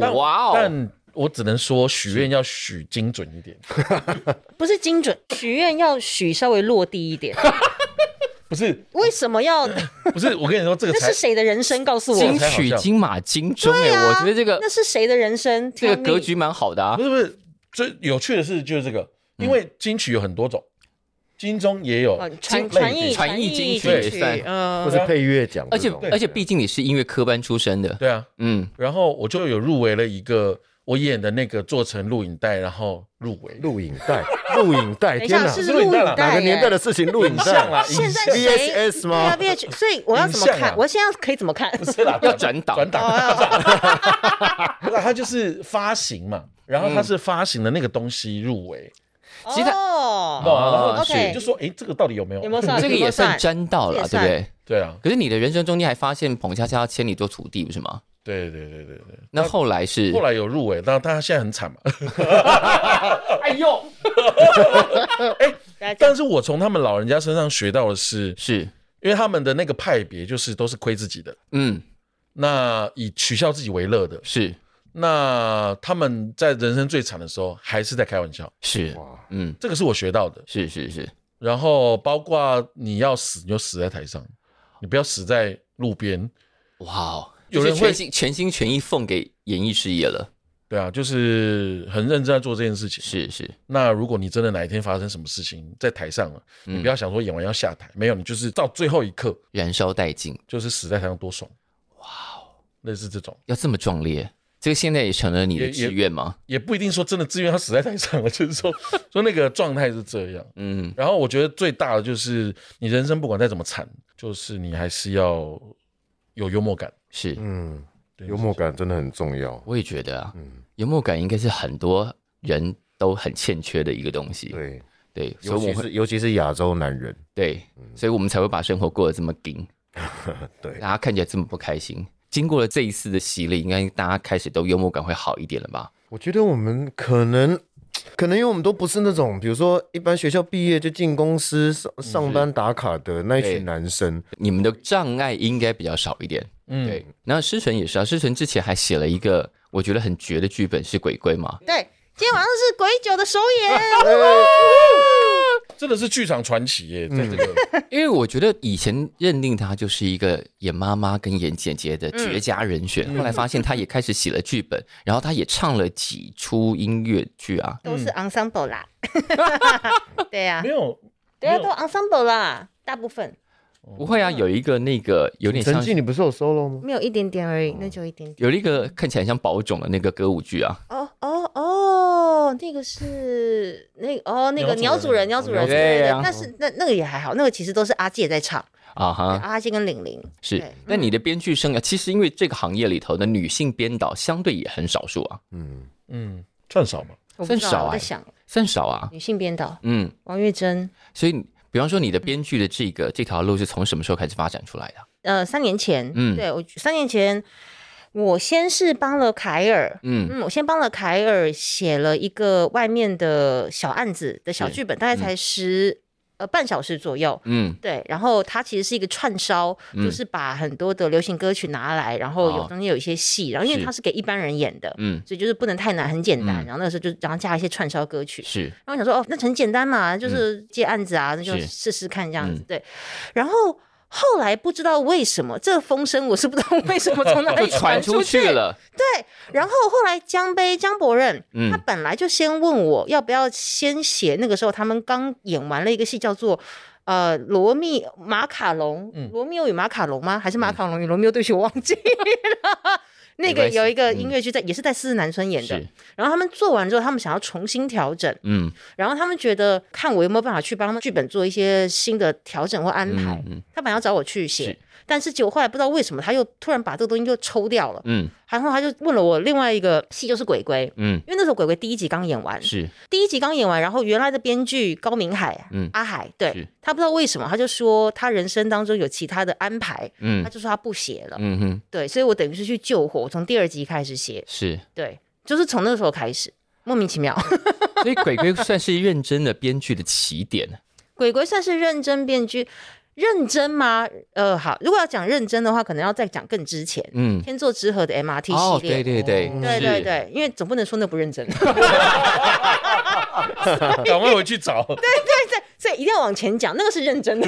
[SPEAKER 1] 但
[SPEAKER 2] 哇哦，
[SPEAKER 1] 但我只能说许愿要许精准一点，
[SPEAKER 3] 不是精准许愿要许稍微落地一点，
[SPEAKER 1] 不是
[SPEAKER 3] 为什么要？
[SPEAKER 1] 不是，我跟你说 这个
[SPEAKER 3] 那
[SPEAKER 1] 才
[SPEAKER 3] 是谁的人生？告诉
[SPEAKER 1] 这
[SPEAKER 3] 我
[SPEAKER 2] 金
[SPEAKER 1] 个，才好
[SPEAKER 2] 曲
[SPEAKER 1] 笑
[SPEAKER 2] 金马金钟哎，我觉得这个
[SPEAKER 3] 啊那是谁的人生？
[SPEAKER 2] 这个
[SPEAKER 3] Tell me
[SPEAKER 2] 格局蛮好的啊
[SPEAKER 1] 不。是不是，最有趣的是就是这个，因为金曲有很多种，金钟也有
[SPEAKER 3] 哦，
[SPEAKER 1] 金
[SPEAKER 3] 传
[SPEAKER 1] 类
[SPEAKER 3] 传
[SPEAKER 1] 别
[SPEAKER 3] 译
[SPEAKER 2] 传译
[SPEAKER 3] 译
[SPEAKER 2] 金
[SPEAKER 3] 金
[SPEAKER 2] 曲也算
[SPEAKER 3] 嗯，
[SPEAKER 4] 或是配乐奖
[SPEAKER 2] 而
[SPEAKER 4] 这
[SPEAKER 2] 且
[SPEAKER 4] 种，
[SPEAKER 2] 而且，毕竟你是音乐科班出身的，
[SPEAKER 1] 对啊，
[SPEAKER 2] 嗯，
[SPEAKER 1] 然后我就有入围了一个我演的那个做成录影带，然后入围
[SPEAKER 4] 录影带，录影带，
[SPEAKER 3] 等一
[SPEAKER 4] 天
[SPEAKER 3] 下
[SPEAKER 4] 哪，
[SPEAKER 3] 是
[SPEAKER 1] 录影
[SPEAKER 3] 录
[SPEAKER 1] 带
[SPEAKER 3] 影
[SPEAKER 1] 啦
[SPEAKER 3] 带
[SPEAKER 4] 哪个
[SPEAKER 3] 耶啊
[SPEAKER 4] 年代的事情？录影带
[SPEAKER 1] 像啦，影
[SPEAKER 3] 现在
[SPEAKER 1] 像
[SPEAKER 3] 谁
[SPEAKER 4] VHS
[SPEAKER 3] 对啊
[SPEAKER 4] 吗？
[SPEAKER 3] ，VH，所以我要怎么
[SPEAKER 1] 影像
[SPEAKER 3] 看
[SPEAKER 1] 啊？
[SPEAKER 3] 我现在可以怎么看？
[SPEAKER 1] 不是啦，
[SPEAKER 2] 要转档
[SPEAKER 1] 转档，
[SPEAKER 3] 哦，
[SPEAKER 1] 那它就是发行嘛，然后
[SPEAKER 2] 嗯
[SPEAKER 1] 它是发行的那个东西入围，
[SPEAKER 2] 其实他
[SPEAKER 3] 哦
[SPEAKER 1] 懂吗然后
[SPEAKER 2] 哦
[SPEAKER 1] 就
[SPEAKER 3] OK
[SPEAKER 1] 就说诶，这个到底有没有？
[SPEAKER 3] 有没有啊算？
[SPEAKER 2] 这个也算沾到了，
[SPEAKER 3] 也
[SPEAKER 2] 对
[SPEAKER 3] 算
[SPEAKER 2] 不对？
[SPEAKER 1] 对啊，
[SPEAKER 2] 可是你的人生中间还发现彭恰恰要签你做徒弟，不是吗？
[SPEAKER 1] 对对对对对。
[SPEAKER 2] 那后来是
[SPEAKER 1] 后来有入围，但但他现在很惨嘛。
[SPEAKER 2] 哎呦，
[SPEAKER 3] 有
[SPEAKER 1] 但是我从他们老人家身上学到的是，
[SPEAKER 2] 是
[SPEAKER 1] 因为他们的那个派别就是都是亏自己的，
[SPEAKER 2] 嗯
[SPEAKER 1] 那以取笑自己为乐的，
[SPEAKER 2] 是
[SPEAKER 1] 那他们在人生最惨的时候还是在开玩笑，
[SPEAKER 2] 是
[SPEAKER 4] 哇，
[SPEAKER 2] 嗯
[SPEAKER 1] 这个是我学到的。
[SPEAKER 2] 是是是
[SPEAKER 1] 然后包括你要死，你就死在台上，你不要死在路边。
[SPEAKER 2] 哇哦，
[SPEAKER 1] 有人
[SPEAKER 2] 就是
[SPEAKER 1] 会
[SPEAKER 2] 全心全心全意奉给演艺事业了，
[SPEAKER 1] 对啊，就是很认真在做这件事情。
[SPEAKER 2] 是是
[SPEAKER 1] 那如果你真的哪一天发生什么事情在台上了，你不要想说演完要下台，没有，你就是到最后一刻
[SPEAKER 2] 燃烧殆尽，
[SPEAKER 1] 就是死在台上多爽。哇哦，类似这种，
[SPEAKER 2] 要这么壮烈，这个现在也成了你的
[SPEAKER 1] 也也
[SPEAKER 2] 志愿吗？
[SPEAKER 1] 也不一定说真的自愿他死在台上了， 就是说说那个状态是这样。
[SPEAKER 2] 嗯，
[SPEAKER 1] 然后我觉得最大的就是你人生不管再怎么惨，就是你还是要有幽默感。
[SPEAKER 2] 是，
[SPEAKER 4] 嗯，
[SPEAKER 1] 对
[SPEAKER 4] 幽默感真的很重要。
[SPEAKER 2] 我也觉得啊，幽默感应该是很多人都很欠缺的一个东西，
[SPEAKER 4] 对，
[SPEAKER 2] 对，所
[SPEAKER 4] 尤
[SPEAKER 2] 以
[SPEAKER 4] 其
[SPEAKER 2] 我会
[SPEAKER 4] 是尤其是亚洲男人，
[SPEAKER 2] 对，所以我们才会把生活过得这么紧。
[SPEAKER 4] 对
[SPEAKER 2] 大家看起来这么不开心。经过了这一次的洗礼，应该大家开始都幽默感会好一点了吧？
[SPEAKER 4] 我觉得我们可能，可能因为我们都不是那种，比如说一般学校毕业就进公司上上班打卡的那一
[SPEAKER 2] 嗯对
[SPEAKER 4] 群男生，
[SPEAKER 2] 你们的障碍应该比较少一点。
[SPEAKER 1] 嗯，
[SPEAKER 2] 对，然后诗纯也是啊，诗纯之前还写了一个我觉得很绝的剧本，是鬼鬼嘛？
[SPEAKER 3] 对，今天晚上是鬼酒的首 演，哎
[SPEAKER 1] 真的是剧场传奇
[SPEAKER 4] 嗯
[SPEAKER 1] 耶，在这 个、
[SPEAKER 2] 因为我觉得以前认定她就是一个演妈妈跟演姐姐的绝佳人选，后来发现她也开始写了剧本，然后她也唱了几出音乐剧啊。
[SPEAKER 3] 都是 ensemble 啦。对呀
[SPEAKER 1] 没，有，
[SPEAKER 3] 对啊，
[SPEAKER 1] 没
[SPEAKER 3] 都
[SPEAKER 1] 有
[SPEAKER 3] ensemble 啦，大部分
[SPEAKER 2] 不会啊，有一个那个有点
[SPEAKER 4] 成
[SPEAKER 2] 像
[SPEAKER 4] 绩你不是有 solo 吗？
[SPEAKER 3] 没有一点点而已，那就一点点。
[SPEAKER 2] 有一个看起来像宝冢的那个歌舞剧啊，
[SPEAKER 3] 哦哦哦，那个是那哦那个
[SPEAKER 1] 鸟
[SPEAKER 3] 鸟
[SPEAKER 1] 主
[SPEAKER 3] 主
[SPEAKER 1] 人
[SPEAKER 3] 人哦鸟主人，
[SPEAKER 4] 鸟
[SPEAKER 2] 主
[SPEAKER 3] 对对
[SPEAKER 2] 人
[SPEAKER 3] 对
[SPEAKER 2] 啊
[SPEAKER 3] 但是那那个也还好，那个其实都是阿姐在唱，
[SPEAKER 2] 啊哈，
[SPEAKER 3] 阿姐跟玲玲
[SPEAKER 2] 是
[SPEAKER 3] 对，
[SPEAKER 2] 那你的编剧生涯，其实因为这个行业里头的女性编导相对也很少数啊，
[SPEAKER 4] 嗯，
[SPEAKER 1] 嗯，算少 嘛。
[SPEAKER 3] 我不知道
[SPEAKER 2] 少
[SPEAKER 3] 我
[SPEAKER 2] 哎
[SPEAKER 3] 在想
[SPEAKER 2] 算少啊，
[SPEAKER 3] 女性编导
[SPEAKER 2] 嗯，
[SPEAKER 3] 王月珍，
[SPEAKER 2] 所以比方说你的编剧的这个这条路是从什么时候开始发展出来的啊？
[SPEAKER 3] 呃，三年前，
[SPEAKER 2] 嗯
[SPEAKER 3] 对我三年前，我先是帮了凯尔，
[SPEAKER 2] 嗯
[SPEAKER 3] 嗯，我先帮了凯尔写了一个外面的小案子的小
[SPEAKER 2] 是
[SPEAKER 3] 剧本，大概才十、呃半小时左右。
[SPEAKER 2] 嗯，
[SPEAKER 3] 对，然后它其实是一个串烧，
[SPEAKER 2] 嗯
[SPEAKER 3] 就是把很多的流行歌曲拿来，然后有
[SPEAKER 2] 哦
[SPEAKER 3] 中间有一些戏，然后因为
[SPEAKER 2] 是
[SPEAKER 3] 它是给一般人演的，
[SPEAKER 2] 嗯
[SPEAKER 3] 所以就是不能太难，很简单。
[SPEAKER 2] 嗯
[SPEAKER 3] 然后那个时候就然后加一些串烧歌曲，
[SPEAKER 2] 是
[SPEAKER 3] 然后我想说，哦，那很简单嘛，就是接案子啊，那就是试试看这样子。
[SPEAKER 2] 嗯
[SPEAKER 3] 对，然后后来不知道为什么这个风声，我是不知道为什么从 哪里
[SPEAKER 2] 传
[SPEAKER 3] 出
[SPEAKER 2] 出去。了，
[SPEAKER 3] 然后后来江杯江伯任，
[SPEAKER 2] 嗯
[SPEAKER 3] 他本来就先问我要不要先写，那个时候他们刚演完了一个戏叫做。呃，罗密马卡龙
[SPEAKER 1] 嗯，
[SPEAKER 3] 罗密欧与马卡龙吗？还是马卡龙与罗密欧？对不起，我忘记了。
[SPEAKER 2] 嗯没
[SPEAKER 3] 那个
[SPEAKER 2] 关系
[SPEAKER 3] 有一个
[SPEAKER 2] 嗯
[SPEAKER 3] 音乐剧在，也是在四四南村演的
[SPEAKER 2] 是。
[SPEAKER 3] 然后他们做完之后，他们想要重新调整，
[SPEAKER 2] 嗯
[SPEAKER 3] 然后他们觉得看我有没有办法去帮他们剧本做一些新的调整或安排。
[SPEAKER 2] 嗯嗯
[SPEAKER 3] 他本来要找我去写
[SPEAKER 2] 是，
[SPEAKER 3] 但是结果后来不知道为什么他又突然把这个东西又抽掉了，
[SPEAKER 2] 嗯
[SPEAKER 3] 然后他就问了我另外一个戏就是鬼鬼。
[SPEAKER 2] 嗯，
[SPEAKER 3] 因为那时候鬼鬼第一集刚演完，
[SPEAKER 2] 是
[SPEAKER 3] 第一集刚演完，然后原来的编剧高明海，啊
[SPEAKER 2] 嗯
[SPEAKER 3] 阿海，
[SPEAKER 2] 是
[SPEAKER 3] 对他不知道为什么，他就说他人生当中有其他的安排，
[SPEAKER 2] 嗯
[SPEAKER 3] 他就说他不写了，
[SPEAKER 2] 嗯哼
[SPEAKER 3] 对，所以我等于是去救火，我从第二集开始写，
[SPEAKER 2] 是，
[SPEAKER 3] 对，就是从那个时候开始，莫名其妙，
[SPEAKER 2] 所以鬼鬼算是认真的编剧的起点，
[SPEAKER 3] 鬼鬼算是认真编剧。认真吗？呃，好，如果要讲认真的话，可能要再讲更之前，
[SPEAKER 2] 嗯，
[SPEAKER 3] 天作之合的 MRT
[SPEAKER 2] 哦，
[SPEAKER 3] 系
[SPEAKER 2] 对对
[SPEAKER 3] 列。
[SPEAKER 2] 对，
[SPEAKER 3] 对
[SPEAKER 2] 是
[SPEAKER 3] 对，对，因为总不能说那不认真，
[SPEAKER 1] 赶快回去找。
[SPEAKER 3] 所以一定要往前讲，那个是认真的。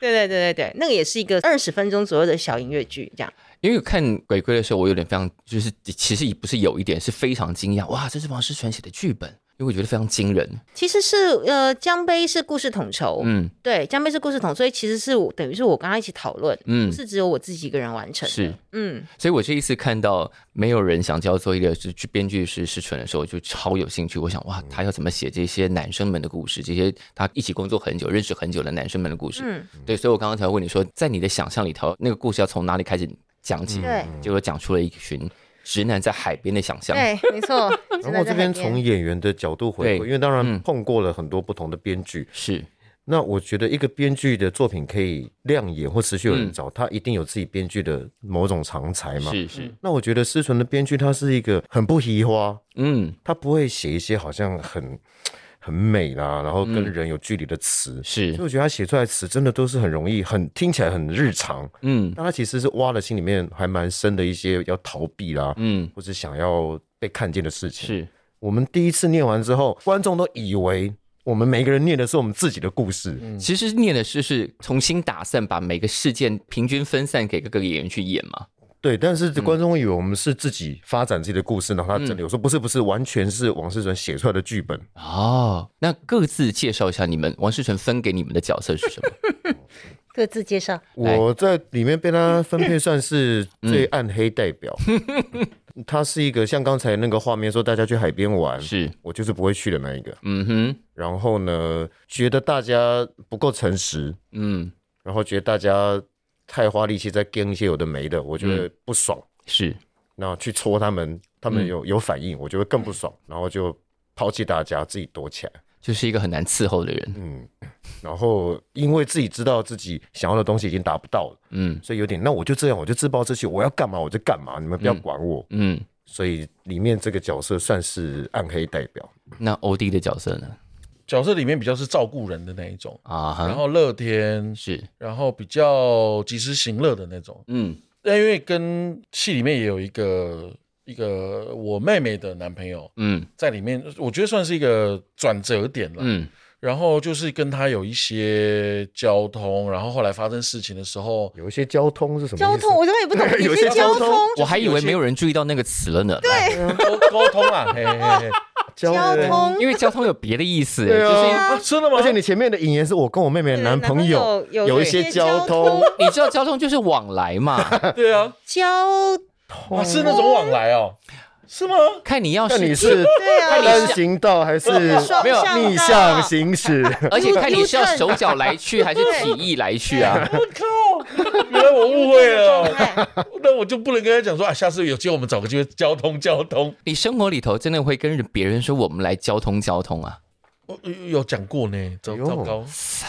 [SPEAKER 3] 对对对对对，那个也是一个二十分钟左右的小音乐剧，这样。
[SPEAKER 2] 因为看鬼鬼的时候，我有点非常，就是其实也不是有一点，是非常惊讶，哇，这是王世全写的剧本，因为我觉得非常惊人，
[SPEAKER 3] 其实是呃，江杯是故事统筹，
[SPEAKER 2] 嗯
[SPEAKER 3] 对，江杯是故事统，所以其实是我等于是我跟他一起讨论，
[SPEAKER 2] 嗯
[SPEAKER 3] 不，是只有我自己一个人完成。
[SPEAKER 2] 是，
[SPEAKER 3] 嗯，
[SPEAKER 2] 所以我这一次看到没有人想交作业的是去编剧是是纯的时候，我就超有兴趣。我想哇，他要怎么写这些男生们的故事，这些他一起工作很久、认识很久的男生们的故事？
[SPEAKER 3] 嗯，
[SPEAKER 2] 对，所以我刚刚才问你说，在你的想象里头，那个故事要从哪里开始讲起？
[SPEAKER 3] 对
[SPEAKER 2] 结果讲出了一群直男在海边的想象。
[SPEAKER 3] 对，没错。
[SPEAKER 4] 然后我这边从演员的角度回
[SPEAKER 2] 对
[SPEAKER 4] 归，因为当
[SPEAKER 2] 嗯
[SPEAKER 4] 然碰过了很多不同的编剧，
[SPEAKER 2] 是，
[SPEAKER 4] 那我觉得一个编剧的作品可以亮眼或持续有人找，他一定有自己编剧的某种长才嘛。
[SPEAKER 2] 嗯是是，
[SPEAKER 4] 那我觉得思纯的编剧他是一个很不移花，
[SPEAKER 2] 嗯，
[SPEAKER 4] 他不会写一些好像很很美啦，然后
[SPEAKER 2] 嗯
[SPEAKER 4] 跟人有距离的词。所以
[SPEAKER 2] 是，
[SPEAKER 4] 我觉得他写出来的词真的都是很容易，很听起来很日常，
[SPEAKER 2] 嗯
[SPEAKER 4] 但他其实是挖了心里面还蛮深的一些要逃避啦，
[SPEAKER 2] 嗯，
[SPEAKER 4] 或者想要被看见的事情。
[SPEAKER 2] 是，
[SPEAKER 4] 我们第一次念完之后，观众都以为我们每个人念的是我们自己的故事，
[SPEAKER 3] 嗯
[SPEAKER 2] 其实念的是是重新打散，把每个事件平均分散给各个演员去演嘛。
[SPEAKER 4] 对，但是
[SPEAKER 2] 嗯
[SPEAKER 4] 观众会以为我们是自己发展自己的故事，然后他整理。我说不是不是，完全是王世纯写出来的剧本。
[SPEAKER 2] 哦，那各自介绍一下你们王世纯分给你们的角色是什么？
[SPEAKER 3] 各自介绍，
[SPEAKER 2] 来嗯
[SPEAKER 4] 我在里面被他分配算是最暗黑 代表，他是一个像刚才那个画面说大家去海边玩，
[SPEAKER 2] 是，
[SPEAKER 4] 我就是不会去的那一个。
[SPEAKER 2] 嗯哼，
[SPEAKER 4] 然后呢，觉得大家不够诚实，
[SPEAKER 2] 嗯，
[SPEAKER 4] 然后觉得大家太花力气在跟一些有的没的，我觉得不爽。
[SPEAKER 2] 是，
[SPEAKER 4] 那去戳他们，他
[SPEAKER 2] 嗯
[SPEAKER 4] 们有、有反应，我就会更不爽，然后就抛弃大家，自己躲起来。
[SPEAKER 2] 就是一个很难伺候的人，
[SPEAKER 4] 嗯，然后因为自己知道自己想要的东西已经达不到了，
[SPEAKER 2] 嗯
[SPEAKER 4] 所以有点那我就这样，我就自暴自弃，我要干嘛我就干嘛，你们不要
[SPEAKER 2] 嗯
[SPEAKER 4] 管我。
[SPEAKER 2] 嗯。
[SPEAKER 4] 所以里面这个角色算是暗黑代表，
[SPEAKER 2] 那欧弟的角色呢？
[SPEAKER 1] 角色里面比较是照顾人的那一种，
[SPEAKER 2] 啊
[SPEAKER 1] 然
[SPEAKER 2] 哈，
[SPEAKER 1] 后乐天，
[SPEAKER 2] 是，
[SPEAKER 1] 然后比较及时行乐的那种。
[SPEAKER 2] 嗯
[SPEAKER 1] 但因为跟戏里面也有一个一个我妹妹的男朋友
[SPEAKER 2] 嗯
[SPEAKER 1] 在里面，我觉得算是一个转折点了。
[SPEAKER 2] 嗯
[SPEAKER 1] 然后就是跟他有一些交通，然后后来发生事情的时候，
[SPEAKER 4] 有一些交通是什么意思？
[SPEAKER 3] 交通我根本也不懂，
[SPEAKER 4] 有
[SPEAKER 3] 你
[SPEAKER 4] 些
[SPEAKER 3] 是
[SPEAKER 4] 交通
[SPEAKER 3] 通，
[SPEAKER 2] 我还以为没有人注意到那个词了呢。对，
[SPEAKER 1] 沟沟通啊，嘿嘿
[SPEAKER 4] 哦
[SPEAKER 1] 嘿，
[SPEAKER 3] 交 通
[SPEAKER 2] 因为交通有别的意思，
[SPEAKER 4] 对
[SPEAKER 2] 就是
[SPEAKER 4] 啊，
[SPEAKER 1] 啊真的吗
[SPEAKER 4] 而？且你前面的引言是我跟我妹妹的
[SPEAKER 3] 对
[SPEAKER 4] 男朋友
[SPEAKER 3] 有
[SPEAKER 4] 有一些交通，
[SPEAKER 2] 你知道交通就是往来嘛，
[SPEAKER 1] 对啊，
[SPEAKER 3] 交
[SPEAKER 2] 哦
[SPEAKER 1] 啊是那种往来哦，是吗？
[SPEAKER 2] 看你要
[SPEAKER 4] 那你
[SPEAKER 2] 是，
[SPEAKER 4] 是
[SPEAKER 3] 对啊，
[SPEAKER 4] 单行道还是
[SPEAKER 3] 双
[SPEAKER 2] 没有
[SPEAKER 3] 道
[SPEAKER 4] 逆向行驶？
[SPEAKER 2] 而且看你是要
[SPEAKER 3] U-turn
[SPEAKER 2] 手脚来去还是体意来去啊？
[SPEAKER 1] 我靠，原来我误会
[SPEAKER 3] 状
[SPEAKER 1] 了，
[SPEAKER 3] 态，
[SPEAKER 1] 那我就不能跟他讲说啊，下次有机会我们找个机会交通交通，
[SPEAKER 2] 你生活里头真的会跟别人说我们来交通交通啊？
[SPEAKER 1] 我哦有有讲过呢，糟
[SPEAKER 4] 哎呦
[SPEAKER 1] 糟糕，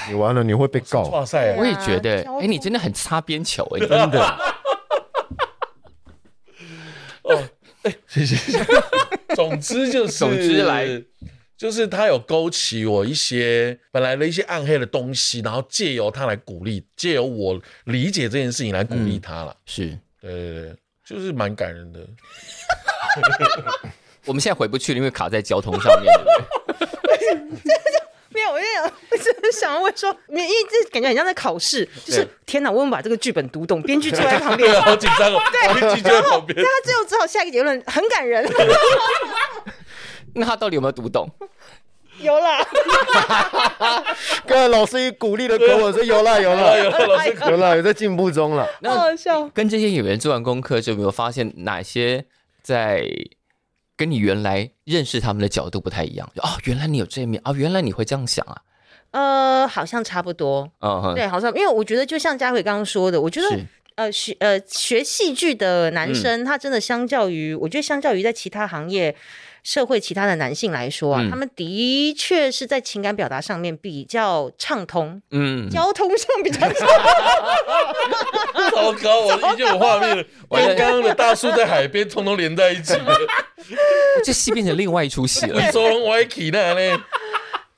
[SPEAKER 4] 你完了，你会被告。
[SPEAKER 1] 哇塞
[SPEAKER 3] 对啊，
[SPEAKER 2] 我也觉得
[SPEAKER 3] 交，通
[SPEAKER 2] 哎，你真的很擦边球，哎，真 的。
[SPEAKER 1] 谢谢。哦哎 总之就是，
[SPEAKER 2] 总之来，
[SPEAKER 1] 就是他有勾起我一些本来的一些暗黑的东西，然后借由他来鼓励，借由我理解这件事情来鼓
[SPEAKER 2] 嗯
[SPEAKER 1] 励他了。
[SPEAKER 2] 是
[SPEAKER 1] 对对对，就是蛮感人的。
[SPEAKER 2] 我们现在回不去了，因为卡在交通上面。对不对
[SPEAKER 3] 没有，我就想，我只是想问说，你因为这感觉很像在考试，就是天哪，我们把这个剧本读懂，编剧坐在旁 边
[SPEAKER 1] 对，啊，好紧张哦，我一直就在旁边
[SPEAKER 3] 但。他最后只好下一个结论，很感人，
[SPEAKER 2] 那他到底有没有读懂？
[SPEAKER 3] 有啦，
[SPEAKER 4] 刚才老师以鼓励的口吻说有啦有啦
[SPEAKER 1] 哎呦，老师，
[SPEAKER 4] 有啦，有在进步中了。
[SPEAKER 3] 好好笑。
[SPEAKER 2] 跟这些演员做完功课，就有没有发现哪些在跟你原来认识他们的角度不太一样？就哦，原来你有这一面啊、哦，原来你会这样想啊，
[SPEAKER 3] 呃，好像差不多，
[SPEAKER 2] 嗯哼，
[SPEAKER 3] 对，好像因为我觉得就像佳慧刚刚说的，我觉得
[SPEAKER 2] 是
[SPEAKER 3] 呃学呃学戏剧的男生，他真的相较于我觉得相较于在其他行业。社会其他的男性来说啊，
[SPEAKER 2] 嗯
[SPEAKER 3] 他们的确是在情感表达上面比较畅通，
[SPEAKER 2] 嗯，
[SPEAKER 3] 交通上比较畅
[SPEAKER 1] 糟糕，我已经有画 面了，
[SPEAKER 2] 我的
[SPEAKER 1] 跟刚刚的大叔在海边通通连 在一起了，
[SPEAKER 2] 这戏变成另外一出戏了
[SPEAKER 1] 为。什么歪起那呢？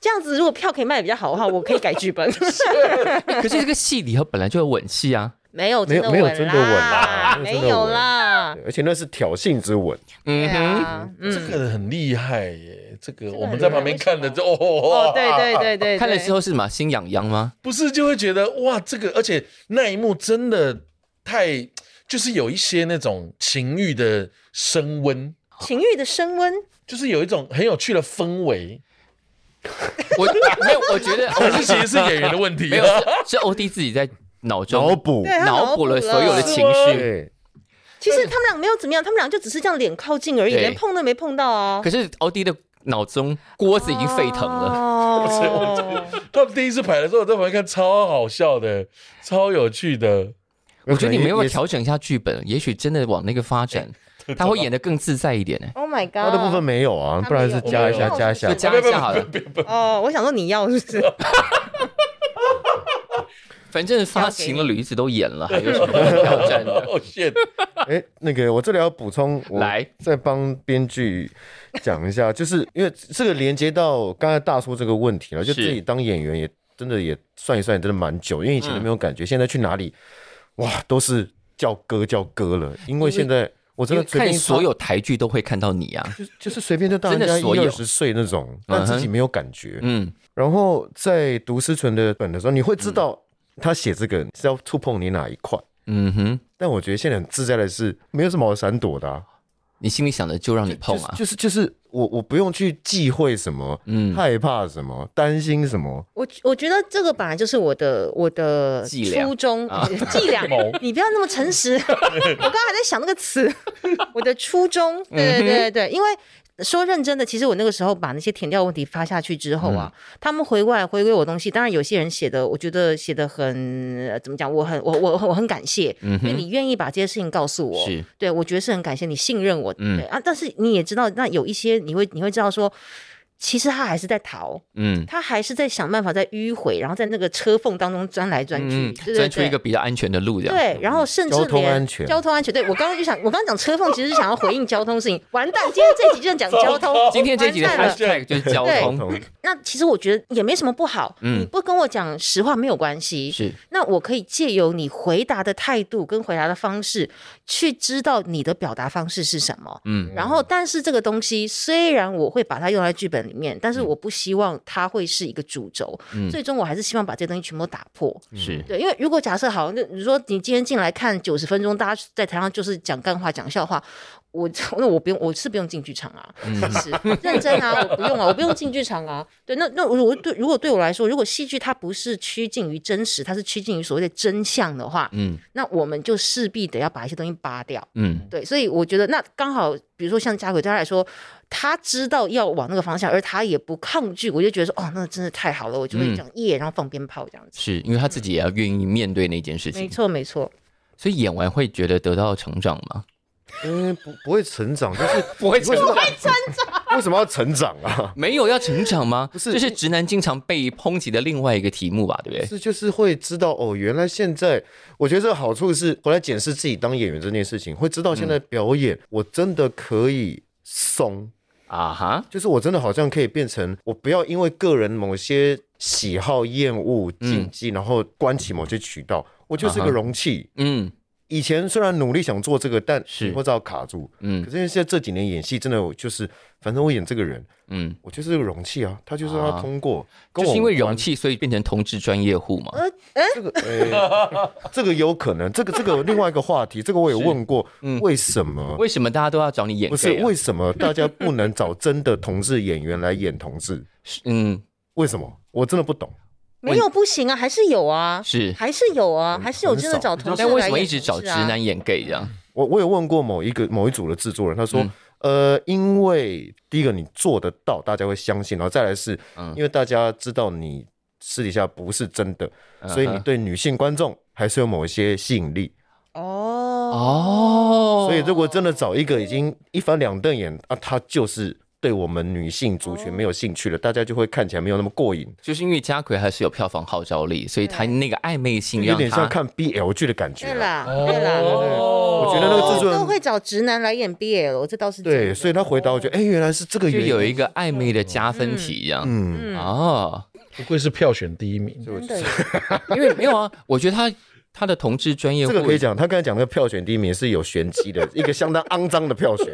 [SPEAKER 3] 这样子如果票可以卖的比较好的话，我可以改剧本。
[SPEAKER 2] 可是这个戏里头本来就有吻戏啊，
[SPEAKER 3] 没有，
[SPEAKER 4] 没
[SPEAKER 3] 真
[SPEAKER 4] 有
[SPEAKER 3] 的
[SPEAKER 4] 没有
[SPEAKER 3] 稳
[SPEAKER 4] 真的稳啦
[SPEAKER 3] 没
[SPEAKER 4] 没有真的
[SPEAKER 3] 有
[SPEAKER 4] 稳
[SPEAKER 3] 啦
[SPEAKER 4] 对，而且那是挑衅之吻，
[SPEAKER 3] 对
[SPEAKER 2] 嗯哼，
[SPEAKER 3] 啊，
[SPEAKER 1] 这
[SPEAKER 3] 嗯，
[SPEAKER 1] 个很厉害耶！这个
[SPEAKER 3] 个
[SPEAKER 1] 我们在旁边看的就哦哦
[SPEAKER 3] 哦，对对对对，对
[SPEAKER 2] 看了之，后是什么心痒痒 吗？
[SPEAKER 1] 不是就会觉得哇，这个而且那一幕真的太，就是有一些那种情欲的升温，
[SPEAKER 3] 情欲的升温，
[SPEAKER 1] 就是有一种很有趣的氛 围。
[SPEAKER 2] 我没有，我觉得哦
[SPEAKER 1] 可是其实是演员的问题啊
[SPEAKER 2] 没有，是是欧弟自己在脑
[SPEAKER 4] 脑
[SPEAKER 2] 中
[SPEAKER 4] 补
[SPEAKER 3] 对他
[SPEAKER 2] 脑补了
[SPEAKER 3] 了
[SPEAKER 2] 所有的情绪。
[SPEAKER 4] 对，
[SPEAKER 3] 其实他们俩没有怎么样，他们俩就只是这样脸靠近而已，
[SPEAKER 2] 对
[SPEAKER 3] 连碰都没碰到啊。
[SPEAKER 2] 可是欧弟的脑中锅子已经沸腾了，
[SPEAKER 3] 哦，
[SPEAKER 1] 他们第一次排的时候，我在旁边看超好笑的，超有趣的。
[SPEAKER 2] 我觉得你没有
[SPEAKER 4] 也是
[SPEAKER 2] 调整一下剧本，也许真的往那个发展，他会演得更自在一点呢。
[SPEAKER 3] Oh my god！
[SPEAKER 4] 他的部分没有啊，
[SPEAKER 3] 他
[SPEAKER 4] 不然
[SPEAKER 3] 没
[SPEAKER 4] 是
[SPEAKER 3] 有
[SPEAKER 4] 加一下
[SPEAKER 1] 我
[SPEAKER 4] 加一下
[SPEAKER 2] 就。加一下好了，
[SPEAKER 3] 哦，我想说你要是不是？
[SPEAKER 2] 反正发情了，驴子都演了，还有什么 挑战 的？
[SPEAKER 1] 哦 shit！
[SPEAKER 4] 哎，那个我这里要补充，我
[SPEAKER 2] 来
[SPEAKER 4] 再帮编剧讲一下， 就是因为这个连接到刚才大叔这个问题了，就是自己当演员也真的也算一算，真的蛮久，因为以前都没有感觉，现在去哪里，哇，都是叫哥叫哥了，因为现在我真
[SPEAKER 2] 因
[SPEAKER 4] 的
[SPEAKER 2] 为
[SPEAKER 4] 随便
[SPEAKER 2] 看
[SPEAKER 4] 一
[SPEAKER 2] 所有台剧都会看到你啊，
[SPEAKER 4] 就就是随便就到人
[SPEAKER 2] 真
[SPEAKER 4] 家
[SPEAKER 2] 的所
[SPEAKER 4] 一
[SPEAKER 2] 有
[SPEAKER 4] 二十岁那种，但自己没有感觉。
[SPEAKER 2] 嗯，
[SPEAKER 4] 然后在读思纯的本的时候，你会知道他写这个是要触碰你哪一块。
[SPEAKER 2] 嗯哼，
[SPEAKER 4] 但我觉得现在很自在的是，没有什么好闪躲的、啊，
[SPEAKER 2] 你心里想的就让你碰啊，
[SPEAKER 4] 就是就是就是我我不用去忌讳什么，
[SPEAKER 2] 嗯
[SPEAKER 4] 害怕什么，担心什么，
[SPEAKER 3] 我我觉得这个本来就是我的我的
[SPEAKER 2] 伎俩
[SPEAKER 3] 初衷
[SPEAKER 2] 啊
[SPEAKER 3] 伎俩，你不要那么诚实。我刚刚还在想那个词，我的初衷，
[SPEAKER 2] 嗯
[SPEAKER 3] 对对对对，因为。说认真的，其实我那个时候把那些填掉问题发下去之后啊，
[SPEAKER 2] 嗯
[SPEAKER 3] 他们回过来回归我东西。当然，有些人写的，我觉得写的很、呃怎么讲，我很我我我很感谢，因为你愿意把这些事情告诉我。
[SPEAKER 2] 嗯是
[SPEAKER 3] 对，我觉得是很感谢你信任我，
[SPEAKER 2] 嗯
[SPEAKER 3] 对啊，但是你也知道，那有一些你会你会知道说，其实他还是在逃，
[SPEAKER 2] 嗯
[SPEAKER 3] 他还是在想办法在迂回，然后在那个车缝当中钻来钻去，
[SPEAKER 2] 嗯，
[SPEAKER 3] 对对
[SPEAKER 2] 钻出
[SPEAKER 3] 对
[SPEAKER 2] 一个比较安全的嗯路，这样。
[SPEAKER 3] 对，然后甚至
[SPEAKER 4] 交通
[SPEAKER 3] 连
[SPEAKER 4] 安全
[SPEAKER 3] 交通安全。对我刚刚就想，我刚刚讲车缝，其实是想要回应交通事情。完蛋，今天这集就讲交通。
[SPEAKER 2] 今天这一集的
[SPEAKER 3] 完蛋了
[SPEAKER 2] hashtag 就是交
[SPEAKER 3] 对
[SPEAKER 2] 通，
[SPEAKER 3] 那其实我觉得也没什么不好，
[SPEAKER 2] 嗯
[SPEAKER 3] 你不跟我讲实话没有关系。
[SPEAKER 2] 是
[SPEAKER 3] 那我可以借由你回答的态度跟回答的方式，去知道你的表达方式是什么。
[SPEAKER 2] 嗯
[SPEAKER 3] 嗯，然后但是这个东西虽然我会把它用在剧本里面，但是我不希望它会是一个主轴。最终我还是希望把这东西全部打破。
[SPEAKER 2] 是
[SPEAKER 3] 对，因为如果假设好，那你说你今天进来看九十分钟，大家在台上就是讲干话、讲笑话，我 那我不用，我是不用进剧场啊，是认真啊，我不用啊，我不用进剧场啊。对，那那如果对如果对我来说，如果戏剧它不是趋近于真实，它是趋近于所谓的真相的话，
[SPEAKER 2] 嗯
[SPEAKER 3] 那我们就势必得要把一些东西扒掉。
[SPEAKER 2] 嗯
[SPEAKER 3] 对，所以我觉得那刚好，比如说像嘉伟对他来说，他知道要往那个方向，而他也不抗拒，我就觉得说，哦，那真的太好了，我就会讲耶，然后放鞭炮这样子。
[SPEAKER 2] 是因为他自己也要愿意面对那件事
[SPEAKER 3] 没
[SPEAKER 2] 情，
[SPEAKER 3] 错，没错。
[SPEAKER 2] 所以演完会觉得得到成长吗？
[SPEAKER 4] 嗯，不不会成长，就是
[SPEAKER 2] 不会
[SPEAKER 4] 你为什么成长？为什么要成长啊？
[SPEAKER 2] 没有要成长吗？
[SPEAKER 4] 不是
[SPEAKER 2] 这是直男经常被抨击的另外一个题目吧， 对不对？
[SPEAKER 4] 是就是会知道哦，原来现在我觉得这个好处是回来检视自己当演员这件事情，会知道现
[SPEAKER 2] 嗯
[SPEAKER 4] 在表演、我真的可以松，
[SPEAKER 2] 啊哈，
[SPEAKER 4] 就是我真的好像可以变成，我不要因为个人某些喜好、厌恶、禁忌，然后关起某些渠道，我就是
[SPEAKER 2] 啊哈
[SPEAKER 4] 个容器。
[SPEAKER 2] 嗯
[SPEAKER 4] 以前虽然努力想做这个，但
[SPEAKER 2] 是
[SPEAKER 4] 你会知道卡住。
[SPEAKER 2] 嗯
[SPEAKER 4] 可是因为现在这几年演戏，真的我就是，反正我演这个人，
[SPEAKER 2] 嗯，
[SPEAKER 4] 我就是这个容器啊，他就是让
[SPEAKER 2] 啊
[SPEAKER 4] 他通过，跟
[SPEAKER 2] 就
[SPEAKER 4] 我
[SPEAKER 2] 是因为
[SPEAKER 4] 无
[SPEAKER 2] 容
[SPEAKER 4] 关
[SPEAKER 2] 器，所以变成同志专业户嘛。
[SPEAKER 4] 这个，呃这个有可能，这个这个有另外一个话题，这个我也问过，为什么？
[SPEAKER 2] 为什嗯么大家都要找你演、啊？
[SPEAKER 4] 不是为什么大家不能找真的同志演员来演同志？
[SPEAKER 2] 嗯，
[SPEAKER 4] 为什么？我真的不懂。
[SPEAKER 3] 没有不行啊，还是有啊，
[SPEAKER 2] 是
[SPEAKER 3] 还是有啊，还是有真的找同事、啊
[SPEAKER 2] 但为什么一直找直？男演 gay 这样？
[SPEAKER 4] 我我有问过某一个某一组的制作人，他说，
[SPEAKER 2] 嗯
[SPEAKER 4] 呃，因为第一个你做得到，大家会相信，然后再来是，
[SPEAKER 2] 嗯
[SPEAKER 4] 因为大家知道你私底下不是真的，
[SPEAKER 2] 嗯
[SPEAKER 4] 所以你对女性观众还是有某一些吸引力。
[SPEAKER 3] 哦，
[SPEAKER 2] 哦，
[SPEAKER 4] 所以如果真的找一个已经一翻两瞪眼啊，他就是对我们女性族群没有兴趣了，大家就会看起来没有那么过瘾，
[SPEAKER 2] 就是因为家奎还是有票房号召力，所以他那个暧昧性
[SPEAKER 4] 有
[SPEAKER 2] 让
[SPEAKER 4] 点像
[SPEAKER 2] 他
[SPEAKER 4] 看 BL 剧的感觉
[SPEAKER 3] 对啦，
[SPEAKER 4] 啊。
[SPEAKER 3] 对啦，
[SPEAKER 4] 我觉得那个制
[SPEAKER 3] 哦
[SPEAKER 4] 作
[SPEAKER 3] 都
[SPEAKER 4] 人
[SPEAKER 3] 会找直男来演 BL，这倒是真
[SPEAKER 4] 对，
[SPEAKER 3] 的
[SPEAKER 4] 所以他回答我觉得，哎，原来是这个
[SPEAKER 2] 就
[SPEAKER 4] 原因。
[SPEAKER 2] 有一个暧昧的加分题一样。
[SPEAKER 4] 嗯，
[SPEAKER 3] 嗯
[SPEAKER 2] 哦，
[SPEAKER 1] 不愧是票选第一名，
[SPEAKER 3] 真的耶
[SPEAKER 2] 因为没有啊，我觉得他他的同志专业
[SPEAKER 4] 这个可以
[SPEAKER 2] 会
[SPEAKER 4] 讲，他刚才讲那个票选第一名是有玄机的，一个相当肮脏的票选。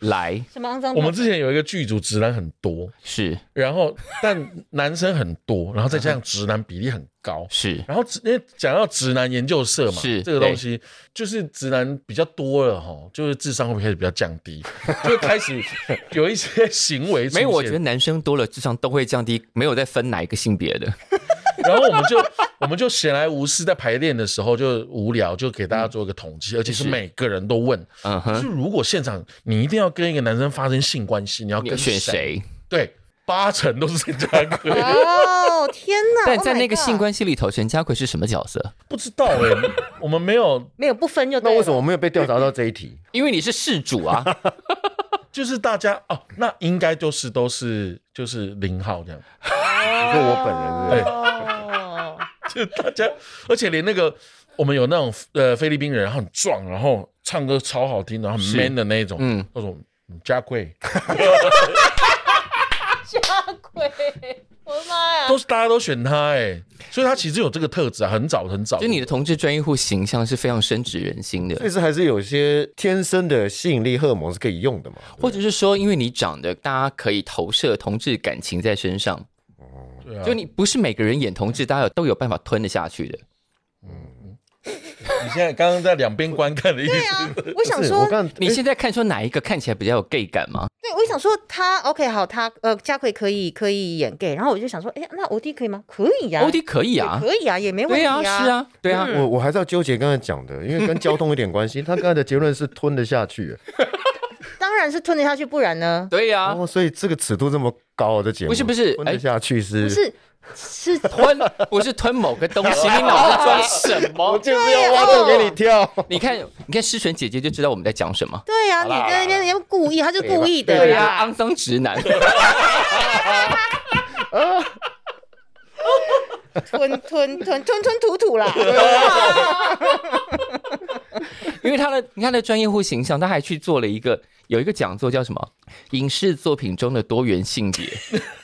[SPEAKER 2] 来
[SPEAKER 3] 什么肮脏？。
[SPEAKER 1] 我们之前有一个剧组直男很多，
[SPEAKER 2] 是
[SPEAKER 1] 然后但男生很多，然后再加
[SPEAKER 2] 嗯
[SPEAKER 1] 上直男比例很高。
[SPEAKER 2] 是
[SPEAKER 1] 然后直因为讲到直男研究社嘛，
[SPEAKER 2] 是
[SPEAKER 1] 这个东西就是直男比较多了哈，就是智商会不会开始比较降低，就开始有一些行为出
[SPEAKER 2] 没
[SPEAKER 1] 现。
[SPEAKER 2] 有，我觉得男生多了智商都会降低，没有再分哪一个性别的。
[SPEAKER 1] 然后我们就我们就闲来无事，在排练的时候就无聊，就给大家做一个统计，而且是
[SPEAKER 2] 是
[SPEAKER 1] 每个人都问。
[SPEAKER 2] 嗯
[SPEAKER 1] 就
[SPEAKER 2] 哼，
[SPEAKER 1] 是如果现场你一定要跟一个男生发生性关系，你要
[SPEAKER 2] 你
[SPEAKER 1] 跟
[SPEAKER 2] 要选？谁？
[SPEAKER 1] 对，八成都是陈家奎
[SPEAKER 3] 哦，天哪！
[SPEAKER 2] 但
[SPEAKER 3] Oh
[SPEAKER 2] 在
[SPEAKER 3] my
[SPEAKER 2] 那个性
[SPEAKER 3] God
[SPEAKER 2] 关系里头，陈家奎是什么角色？
[SPEAKER 1] 不知道哎、我们没有，
[SPEAKER 3] 没有不分就对
[SPEAKER 4] 那
[SPEAKER 3] 了
[SPEAKER 4] 为什么我没有被调查到这一题？
[SPEAKER 2] 因为你是事主啊，
[SPEAKER 1] 就是大家哦，那应该就是都是就是零号这样，
[SPEAKER 4] 你说我本人对不对
[SPEAKER 3] 哦，
[SPEAKER 1] 就 大家，而且连那个我们有那种呃菲律宾人，然后很壮，然后唱歌超好听，然后很
[SPEAKER 2] 是
[SPEAKER 1] man 的那一种，
[SPEAKER 2] 嗯
[SPEAKER 1] 嗯，那种嗯家奎。
[SPEAKER 3] 吓鬼！我的妈呀！
[SPEAKER 1] 都是大家都选他哎、所以他其实有这个特质啊，很早很早。
[SPEAKER 2] 就你的同志专业户形象是非常深植人心的
[SPEAKER 4] 所。以是还是有些天生的吸引力荷尔蒙是可以用的嘛？
[SPEAKER 2] 或者是说，因为你长得，大家可以投射同志感情在身上。
[SPEAKER 1] 对啊
[SPEAKER 2] 就你不是每个人演同志，大家有都有办法吞得下去的。
[SPEAKER 1] 你现在刚刚在两边观看的意
[SPEAKER 3] 对
[SPEAKER 1] 思，
[SPEAKER 3] 啊，我想
[SPEAKER 4] 是
[SPEAKER 3] 说
[SPEAKER 4] 我，刚哎
[SPEAKER 2] 你现在看出哪一个看起来比较有 gay 感吗？
[SPEAKER 3] 对，我想说他 OK 好，他呃，佳慧可以可以演 gay，然后我就想说，哎、那欧弟可以吗？可以呀、
[SPEAKER 2] 欧弟可以啊
[SPEAKER 3] 也，可以啊，也没问
[SPEAKER 2] 对
[SPEAKER 3] 题
[SPEAKER 2] 啊，是，啊，对啊。
[SPEAKER 4] 我我还是要纠结刚才讲的，因为跟交通有点关系。他刚才的结论是吞得下去，啊
[SPEAKER 3] 当然是吞得下去，不然呢？
[SPEAKER 2] 对呀、
[SPEAKER 4] 哦，所以这个尺度这么高的节目，
[SPEAKER 2] 啊不是不是
[SPEAKER 4] 吞得
[SPEAKER 2] 哎
[SPEAKER 4] 下去是
[SPEAKER 3] 不是是
[SPEAKER 2] 吞不是吞某个东西，你脑子装什么？
[SPEAKER 4] 就是要挖洞给你跳。
[SPEAKER 2] 你看，你看诗纯姐姐就知道我们在讲什么。
[SPEAKER 3] 对呀、啊，你在那边人家故意，他就故意的
[SPEAKER 2] 呀、
[SPEAKER 3] 啦。
[SPEAKER 2] 肮脏直 男。
[SPEAKER 3] 吞吞吞吞吞吐吐啦。
[SPEAKER 2] 因为他的你看他的专业户形象，他还去做了一个有一个讲座叫什么影视作品中的多元性别，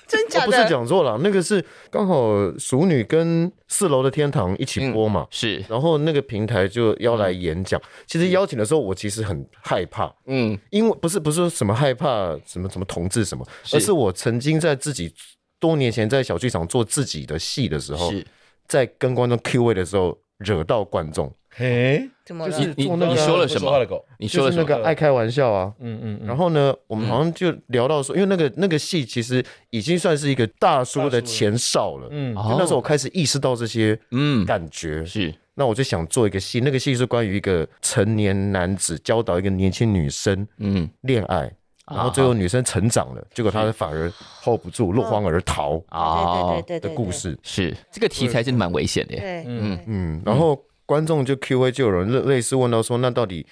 [SPEAKER 3] 真假
[SPEAKER 4] 不是
[SPEAKER 3] 的？
[SPEAKER 4] 讲座啦，那个是刚好《熟女》跟《四楼的天堂》一起播嘛，
[SPEAKER 2] 是
[SPEAKER 4] 然后那个平台就邀来演讲。其实邀请的时候，我其实很害怕，
[SPEAKER 2] 嗯
[SPEAKER 4] 因为不是不是什么害怕什么什么同志什么，而是我曾经在自己多年前在小剧场做自己的戏的时候，
[SPEAKER 2] 是
[SPEAKER 4] 在跟观众 Q A 的时候惹到观众，
[SPEAKER 1] 嘿，
[SPEAKER 3] 怎么
[SPEAKER 4] 就
[SPEAKER 3] 了？
[SPEAKER 4] 是
[SPEAKER 2] 你
[SPEAKER 4] 做那个
[SPEAKER 2] 你说了什么
[SPEAKER 1] 不说话的狗，
[SPEAKER 2] 你说
[SPEAKER 4] 就
[SPEAKER 2] 的
[SPEAKER 4] 是
[SPEAKER 2] 什
[SPEAKER 4] 那
[SPEAKER 2] 么？
[SPEAKER 4] 个爱开玩笑啊。
[SPEAKER 1] 嗯嗯嗯，
[SPEAKER 4] 然后呢，我们好像就聊到
[SPEAKER 2] 嗯
[SPEAKER 4] 说，因为那个那个戏其实已经算是一个大叔的前哨了。
[SPEAKER 1] 嗯
[SPEAKER 4] 就那时候我开始意识到这些
[SPEAKER 2] 嗯
[SPEAKER 4] 感觉，
[SPEAKER 2] 哦是
[SPEAKER 4] 那我就想做一个戏，那个戏是关于一个成年男子教导一个年轻女生
[SPEAKER 2] 嗯
[SPEAKER 4] 恋爱，
[SPEAKER 2] 啊
[SPEAKER 4] 然后最后女生成长了，结果她反而 hold 不住，落荒而逃
[SPEAKER 2] 哦
[SPEAKER 3] 嗯对对对对对
[SPEAKER 4] 的
[SPEAKER 3] 对
[SPEAKER 4] 故。事。
[SPEAKER 2] 是这个题材真的蛮危险的耶。
[SPEAKER 3] 对，
[SPEAKER 1] 嗯
[SPEAKER 3] 嗯，
[SPEAKER 4] 嗯，然后观众就 Q A 就有人类类似问到说，那到底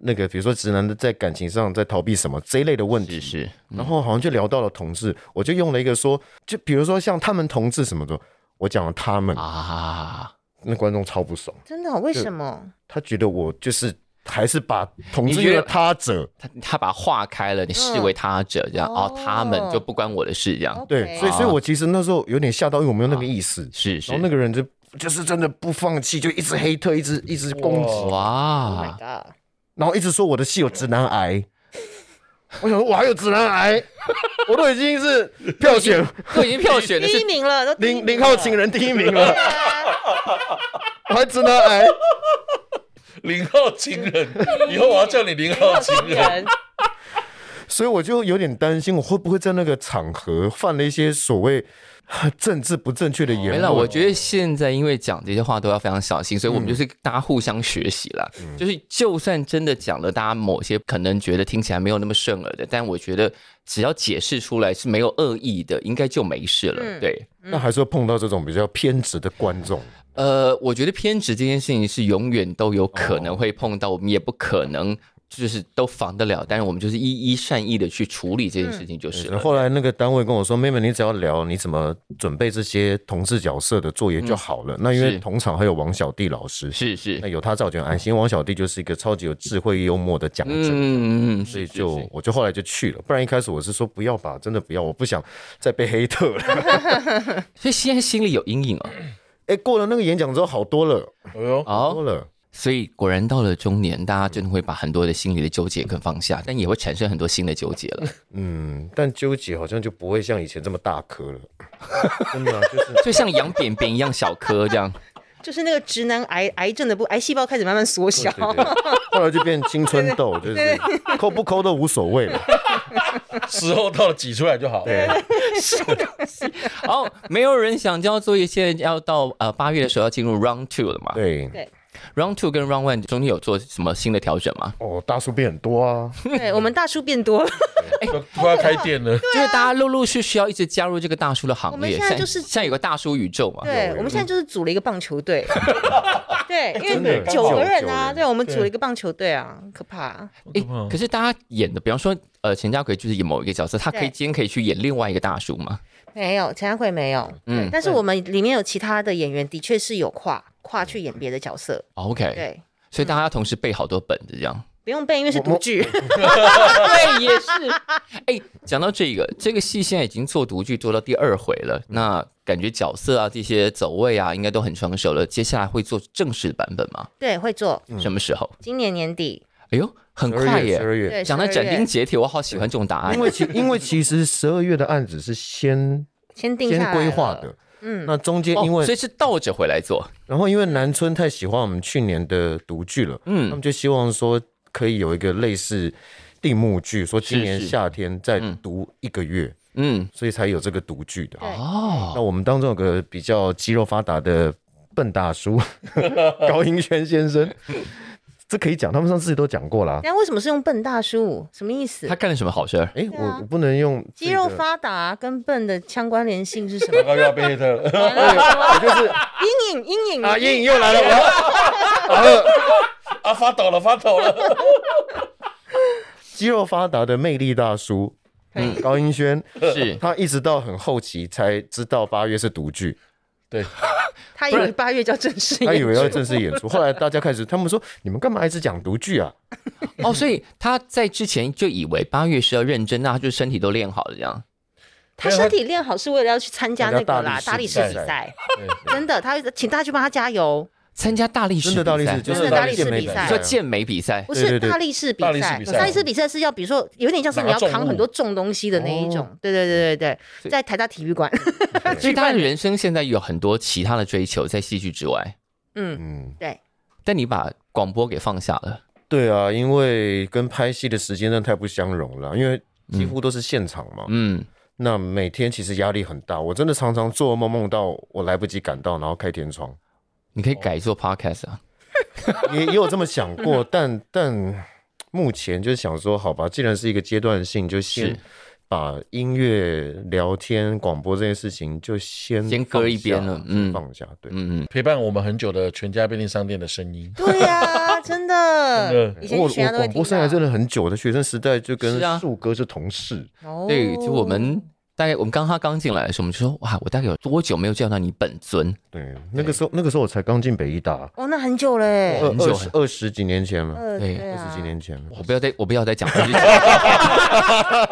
[SPEAKER 4] 那个比如说直男的在感情上在逃避什么这一类的问题
[SPEAKER 2] 是？是，
[SPEAKER 4] 然后好像就聊到了同志，我就用了一个说，就比如说像他们同志什么的，我讲了他们，
[SPEAKER 2] 啊，
[SPEAKER 4] 那观众超不爽，
[SPEAKER 3] 真的哦、为什么？
[SPEAKER 4] 他觉觉得我就是还是把同
[SPEAKER 2] 你
[SPEAKER 4] 志
[SPEAKER 2] 觉
[SPEAKER 4] 列
[SPEAKER 2] 得
[SPEAKER 4] 为他者，
[SPEAKER 2] 他他把话开了，你视为他者这样，
[SPEAKER 3] 哦
[SPEAKER 2] 哦，他们就不关我的事这样，
[SPEAKER 4] 对，
[SPEAKER 3] OK
[SPEAKER 4] 所以
[SPEAKER 2] 啊
[SPEAKER 4] 所以我其实那时候有点吓到，因为我没有那个意识，
[SPEAKER 2] 是是
[SPEAKER 4] 然后，那个人就就是真的不放弃，就一直黑特，一直一直攻击，
[SPEAKER 3] ，Oh my
[SPEAKER 2] 哇，
[SPEAKER 3] god！
[SPEAKER 4] 然后一直说我的戏有直男癌，我想说我还有直男癌， 我都已经是票选
[SPEAKER 2] 都已经票选的
[SPEAKER 3] 第
[SPEAKER 2] 是
[SPEAKER 3] 一名了，都第一
[SPEAKER 4] 零
[SPEAKER 3] 名
[SPEAKER 4] 零号
[SPEAKER 3] 了
[SPEAKER 4] 情人第一名了，
[SPEAKER 3] 对啊
[SPEAKER 4] 我还直男癌，
[SPEAKER 1] 零号情人，以后我要叫你零号情人。
[SPEAKER 4] 所以我就有点担心，我会不会在那个场合犯了一些所谓啊政治不正确的言
[SPEAKER 2] 没
[SPEAKER 4] 论？
[SPEAKER 2] 了，我觉得现在因为讲这些话都要非常小心，所以我们就是大家互相学习啦。就是就算真的讲了，大家某些可能觉得听起来没有那么顺耳的，但我觉得只要解释出来是没有恶意的，应该就没事了。
[SPEAKER 3] 嗯
[SPEAKER 2] 对，
[SPEAKER 4] 那还是会碰到这种比较偏执的观众。
[SPEAKER 2] 呃，我觉得偏执这件事情是永远都有可能会碰到，我们也不可能。就是都防得了，但是我们就是一一善意的去处理这件事情就是了。
[SPEAKER 4] 后来那个单位跟我说，妹妹，你只要聊你怎么准备这些同志角色的作业就好了。那因
[SPEAKER 2] 是
[SPEAKER 4] 为同场还有王小弟老师，
[SPEAKER 2] 是是
[SPEAKER 4] 那，有他在我就很安心。因为王小弟就是一个超级有智慧幽默的讲者。
[SPEAKER 2] 嗯嗯嗯，
[SPEAKER 4] 所
[SPEAKER 2] 是
[SPEAKER 4] 以
[SPEAKER 2] 是
[SPEAKER 4] 就是我就后来就去了，不然一开始我是说不要吧，真的不要，我不想再被黑特了。
[SPEAKER 2] 所以现在心里有阴影哦。
[SPEAKER 4] 哎、过了那个演讲之后好多了，
[SPEAKER 1] 哎呦，
[SPEAKER 2] 哦
[SPEAKER 4] 多，了。
[SPEAKER 2] 所以果然到了中年，大家真的会把很多的心理的纠结跟放下，但也会产生很多新的纠结了。
[SPEAKER 4] 嗯，但纠结好像就不会像以前这么大颗了，真的啊、 就是
[SPEAKER 2] 就像养扁扁一样小颗这样，
[SPEAKER 3] 就是那个直男癌癌症的部癌细胞开始慢慢缩小
[SPEAKER 4] 对，对对，后来就变青春痘，就是抠不抠都无所谓了。
[SPEAKER 1] 时候到了挤出来就好了。
[SPEAKER 4] 对，
[SPEAKER 2] 哦，没有人想交作业，现在要到呃八月的时候要进入 round two 了嘛
[SPEAKER 4] 对，
[SPEAKER 2] ？round two 跟 round one 中间有做什么新的调整吗？
[SPEAKER 4] 哦，大叔变很多啊，
[SPEAKER 3] 对我们大叔变多了，
[SPEAKER 1] 都快要开店了，
[SPEAKER 2] 就是大家陆陆续续要一直加入这个大叔的行
[SPEAKER 3] 啊我们
[SPEAKER 2] 列，
[SPEAKER 3] 现在就是
[SPEAKER 2] 现在有个大叔宇宙嘛，
[SPEAKER 3] 对我们现在就是组了一个棒球队，对，因
[SPEAKER 4] 真的
[SPEAKER 3] 为九个人啊，
[SPEAKER 4] 九个人
[SPEAKER 3] 对，我们组了一个棒球队啊，很可怕，
[SPEAKER 2] 诶可是大家演的，比方说呃钱家奎就是演某一个角色，他可以
[SPEAKER 3] 对
[SPEAKER 2] 今天可以去演另外一个大叔嘛？
[SPEAKER 3] 没有陈安慧没有，嗯，但是我们里面有其他的演员，的确是有跨跨去演别的角色，
[SPEAKER 2] 哦 OK，
[SPEAKER 3] 对，
[SPEAKER 2] 所以大家要同时备好多本子这样。
[SPEAKER 3] 不用背，因为是独剧，
[SPEAKER 2] 对，也是。 哎，讲到这个，这个戏现在已经做独剧做到第二回了，
[SPEAKER 4] 嗯
[SPEAKER 2] 那感觉角色啊、这些走位啊，应该都很成熟了。接下来会做正式版本吗？
[SPEAKER 3] 对，会做，
[SPEAKER 2] 什么时候？
[SPEAKER 3] 今年年底，
[SPEAKER 2] 哎呦，很
[SPEAKER 4] 嗯十二
[SPEAKER 2] 快
[SPEAKER 4] 月，十
[SPEAKER 2] 耶！
[SPEAKER 4] 二月。
[SPEAKER 3] 对，
[SPEAKER 2] 讲到
[SPEAKER 3] 12
[SPEAKER 2] 斩
[SPEAKER 3] 月
[SPEAKER 2] 钉截铁，我好喜欢这种答案
[SPEAKER 4] 啊因。为其因为其实十二月的案子是先
[SPEAKER 3] 先定下
[SPEAKER 4] 先
[SPEAKER 3] 来
[SPEAKER 4] 规划
[SPEAKER 3] 了
[SPEAKER 4] 的，
[SPEAKER 3] 嗯，
[SPEAKER 4] 那中间
[SPEAKER 2] 哦
[SPEAKER 4] 因为、
[SPEAKER 2] 所以是倒着回来做，
[SPEAKER 4] 然后因为南村太喜欢我们去年的独剧了，他
[SPEAKER 2] 嗯
[SPEAKER 4] 们，就希望说可以有一个类似定目剧，说今年
[SPEAKER 2] 是是
[SPEAKER 4] 夏天再
[SPEAKER 2] 嗯
[SPEAKER 4] 读一个月，
[SPEAKER 2] 嗯，
[SPEAKER 4] 所以才有这个独剧的。
[SPEAKER 3] 对
[SPEAKER 4] 那
[SPEAKER 2] 哦，
[SPEAKER 4] 我们当中有个比较肌肉发达的笨大叔 高英轩 先生，这可以讲，他们上次都讲过啦。
[SPEAKER 3] 那为什么是用笨大叔？什么意思
[SPEAKER 2] 他？干了什么好事儿？
[SPEAKER 4] 哎，
[SPEAKER 3] 对啊
[SPEAKER 4] 我我不能用
[SPEAKER 3] 肌肉
[SPEAKER 4] 这个，
[SPEAKER 3] 发达跟笨的相关联性是什
[SPEAKER 1] 糟
[SPEAKER 3] 么？
[SPEAKER 1] 糕又要被黑特了。
[SPEAKER 4] 我就是
[SPEAKER 3] 阴影，阴影
[SPEAKER 4] 啊，阴影又来了，我要
[SPEAKER 1] 啊，发抖了，发抖 了。
[SPEAKER 4] 肌肉发达的魅力大叔。嗯，高英轩
[SPEAKER 2] 是
[SPEAKER 4] 他一直到很后期才知道八月是独 剧，
[SPEAKER 1] 对，
[SPEAKER 3] 他以为八月叫正式
[SPEAKER 4] 他以
[SPEAKER 3] 演，
[SPEAKER 4] 为要正式演出，后来大家开始，他们说你们干嘛一直讲独剧啊？
[SPEAKER 2] 哦，所以他在之前就以为八月是要认真，那他就身体都练好了这样。
[SPEAKER 3] 他身体练好是为了要去参加那个啦，
[SPEAKER 4] 大
[SPEAKER 3] 大
[SPEAKER 4] 力
[SPEAKER 3] 力士
[SPEAKER 4] 士
[SPEAKER 1] 比
[SPEAKER 3] 比
[SPEAKER 1] 赛
[SPEAKER 3] 赛，
[SPEAKER 1] 对
[SPEAKER 3] 真的，他请大家去帮他加油，
[SPEAKER 2] 参加大力士
[SPEAKER 4] 真的大力
[SPEAKER 2] 比赛
[SPEAKER 4] 士，就
[SPEAKER 3] 真
[SPEAKER 4] 是
[SPEAKER 3] 的大力士
[SPEAKER 4] 健美
[SPEAKER 3] 比
[SPEAKER 4] 比
[SPEAKER 2] 你
[SPEAKER 3] 赛
[SPEAKER 4] 赛
[SPEAKER 2] 说
[SPEAKER 4] 啊，
[SPEAKER 2] 健美比赛
[SPEAKER 3] 不
[SPEAKER 4] 对
[SPEAKER 3] 是
[SPEAKER 4] 对对
[SPEAKER 3] 大力士比
[SPEAKER 1] 大力士
[SPEAKER 3] 赛
[SPEAKER 1] 比，赛
[SPEAKER 3] 大力士比赛是要比如说有点像是你
[SPEAKER 1] 拿
[SPEAKER 3] 要
[SPEAKER 1] 重
[SPEAKER 3] 扛
[SPEAKER 1] 物
[SPEAKER 3] 很多重东西的那一
[SPEAKER 4] 哦
[SPEAKER 3] 种，对对对对对，在台大体育馆，
[SPEAKER 2] 所以他的人生现在有很多其他的追求，在戏剧之外，
[SPEAKER 3] 嗯，
[SPEAKER 4] 嗯，
[SPEAKER 3] 对，
[SPEAKER 2] 但你把广播给放下了，
[SPEAKER 4] 对啊，因为跟拍戏的时间真的太不相容了，因为几乎都是现场
[SPEAKER 3] 哦
[SPEAKER 4] 嘛，
[SPEAKER 2] 嗯，
[SPEAKER 4] 那每天其实压力很大，我真的常常做梦梦到我来不及赶到，然后开天窗，
[SPEAKER 2] 你可
[SPEAKER 3] 哦
[SPEAKER 2] 以改做 podcast 啊，
[SPEAKER 4] 也也有这么想过，但但目前就是想说，好吧，既然是一个阶段性，就先
[SPEAKER 2] 是
[SPEAKER 4] 把音乐、聊天、广播这件事情就先
[SPEAKER 2] 先搁一
[SPEAKER 4] 放下
[SPEAKER 2] 边了嗯
[SPEAKER 4] 先放下，对，
[SPEAKER 2] 嗯嗯，
[SPEAKER 1] 陪伴我们很久的全家便利商店的声音，
[SPEAKER 3] 对呀，真的
[SPEAKER 1] 真，的
[SPEAKER 3] 以前
[SPEAKER 4] 我
[SPEAKER 3] 去学
[SPEAKER 4] 我
[SPEAKER 3] 校都会
[SPEAKER 4] 广
[SPEAKER 3] 听
[SPEAKER 4] 播生涯真
[SPEAKER 3] 到，
[SPEAKER 4] 的很久的，学生时代就是
[SPEAKER 2] 啊
[SPEAKER 4] 跟树哥是同事，
[SPEAKER 3] 哦
[SPEAKER 2] 对，就我们大概我们刚他刚进来的时候，我们就说哇，我大概有多久没有见到你本尊？
[SPEAKER 4] 对，那个时候那个时候我才刚进北医大，
[SPEAKER 3] 哦，那很久嘞，
[SPEAKER 4] 二
[SPEAKER 2] 哎很久
[SPEAKER 4] 二十二十几年前了，
[SPEAKER 3] 呃
[SPEAKER 2] 对
[SPEAKER 3] 对
[SPEAKER 4] 二
[SPEAKER 3] 啊
[SPEAKER 4] 十几年前了，
[SPEAKER 2] 我不要再我不要再讲了。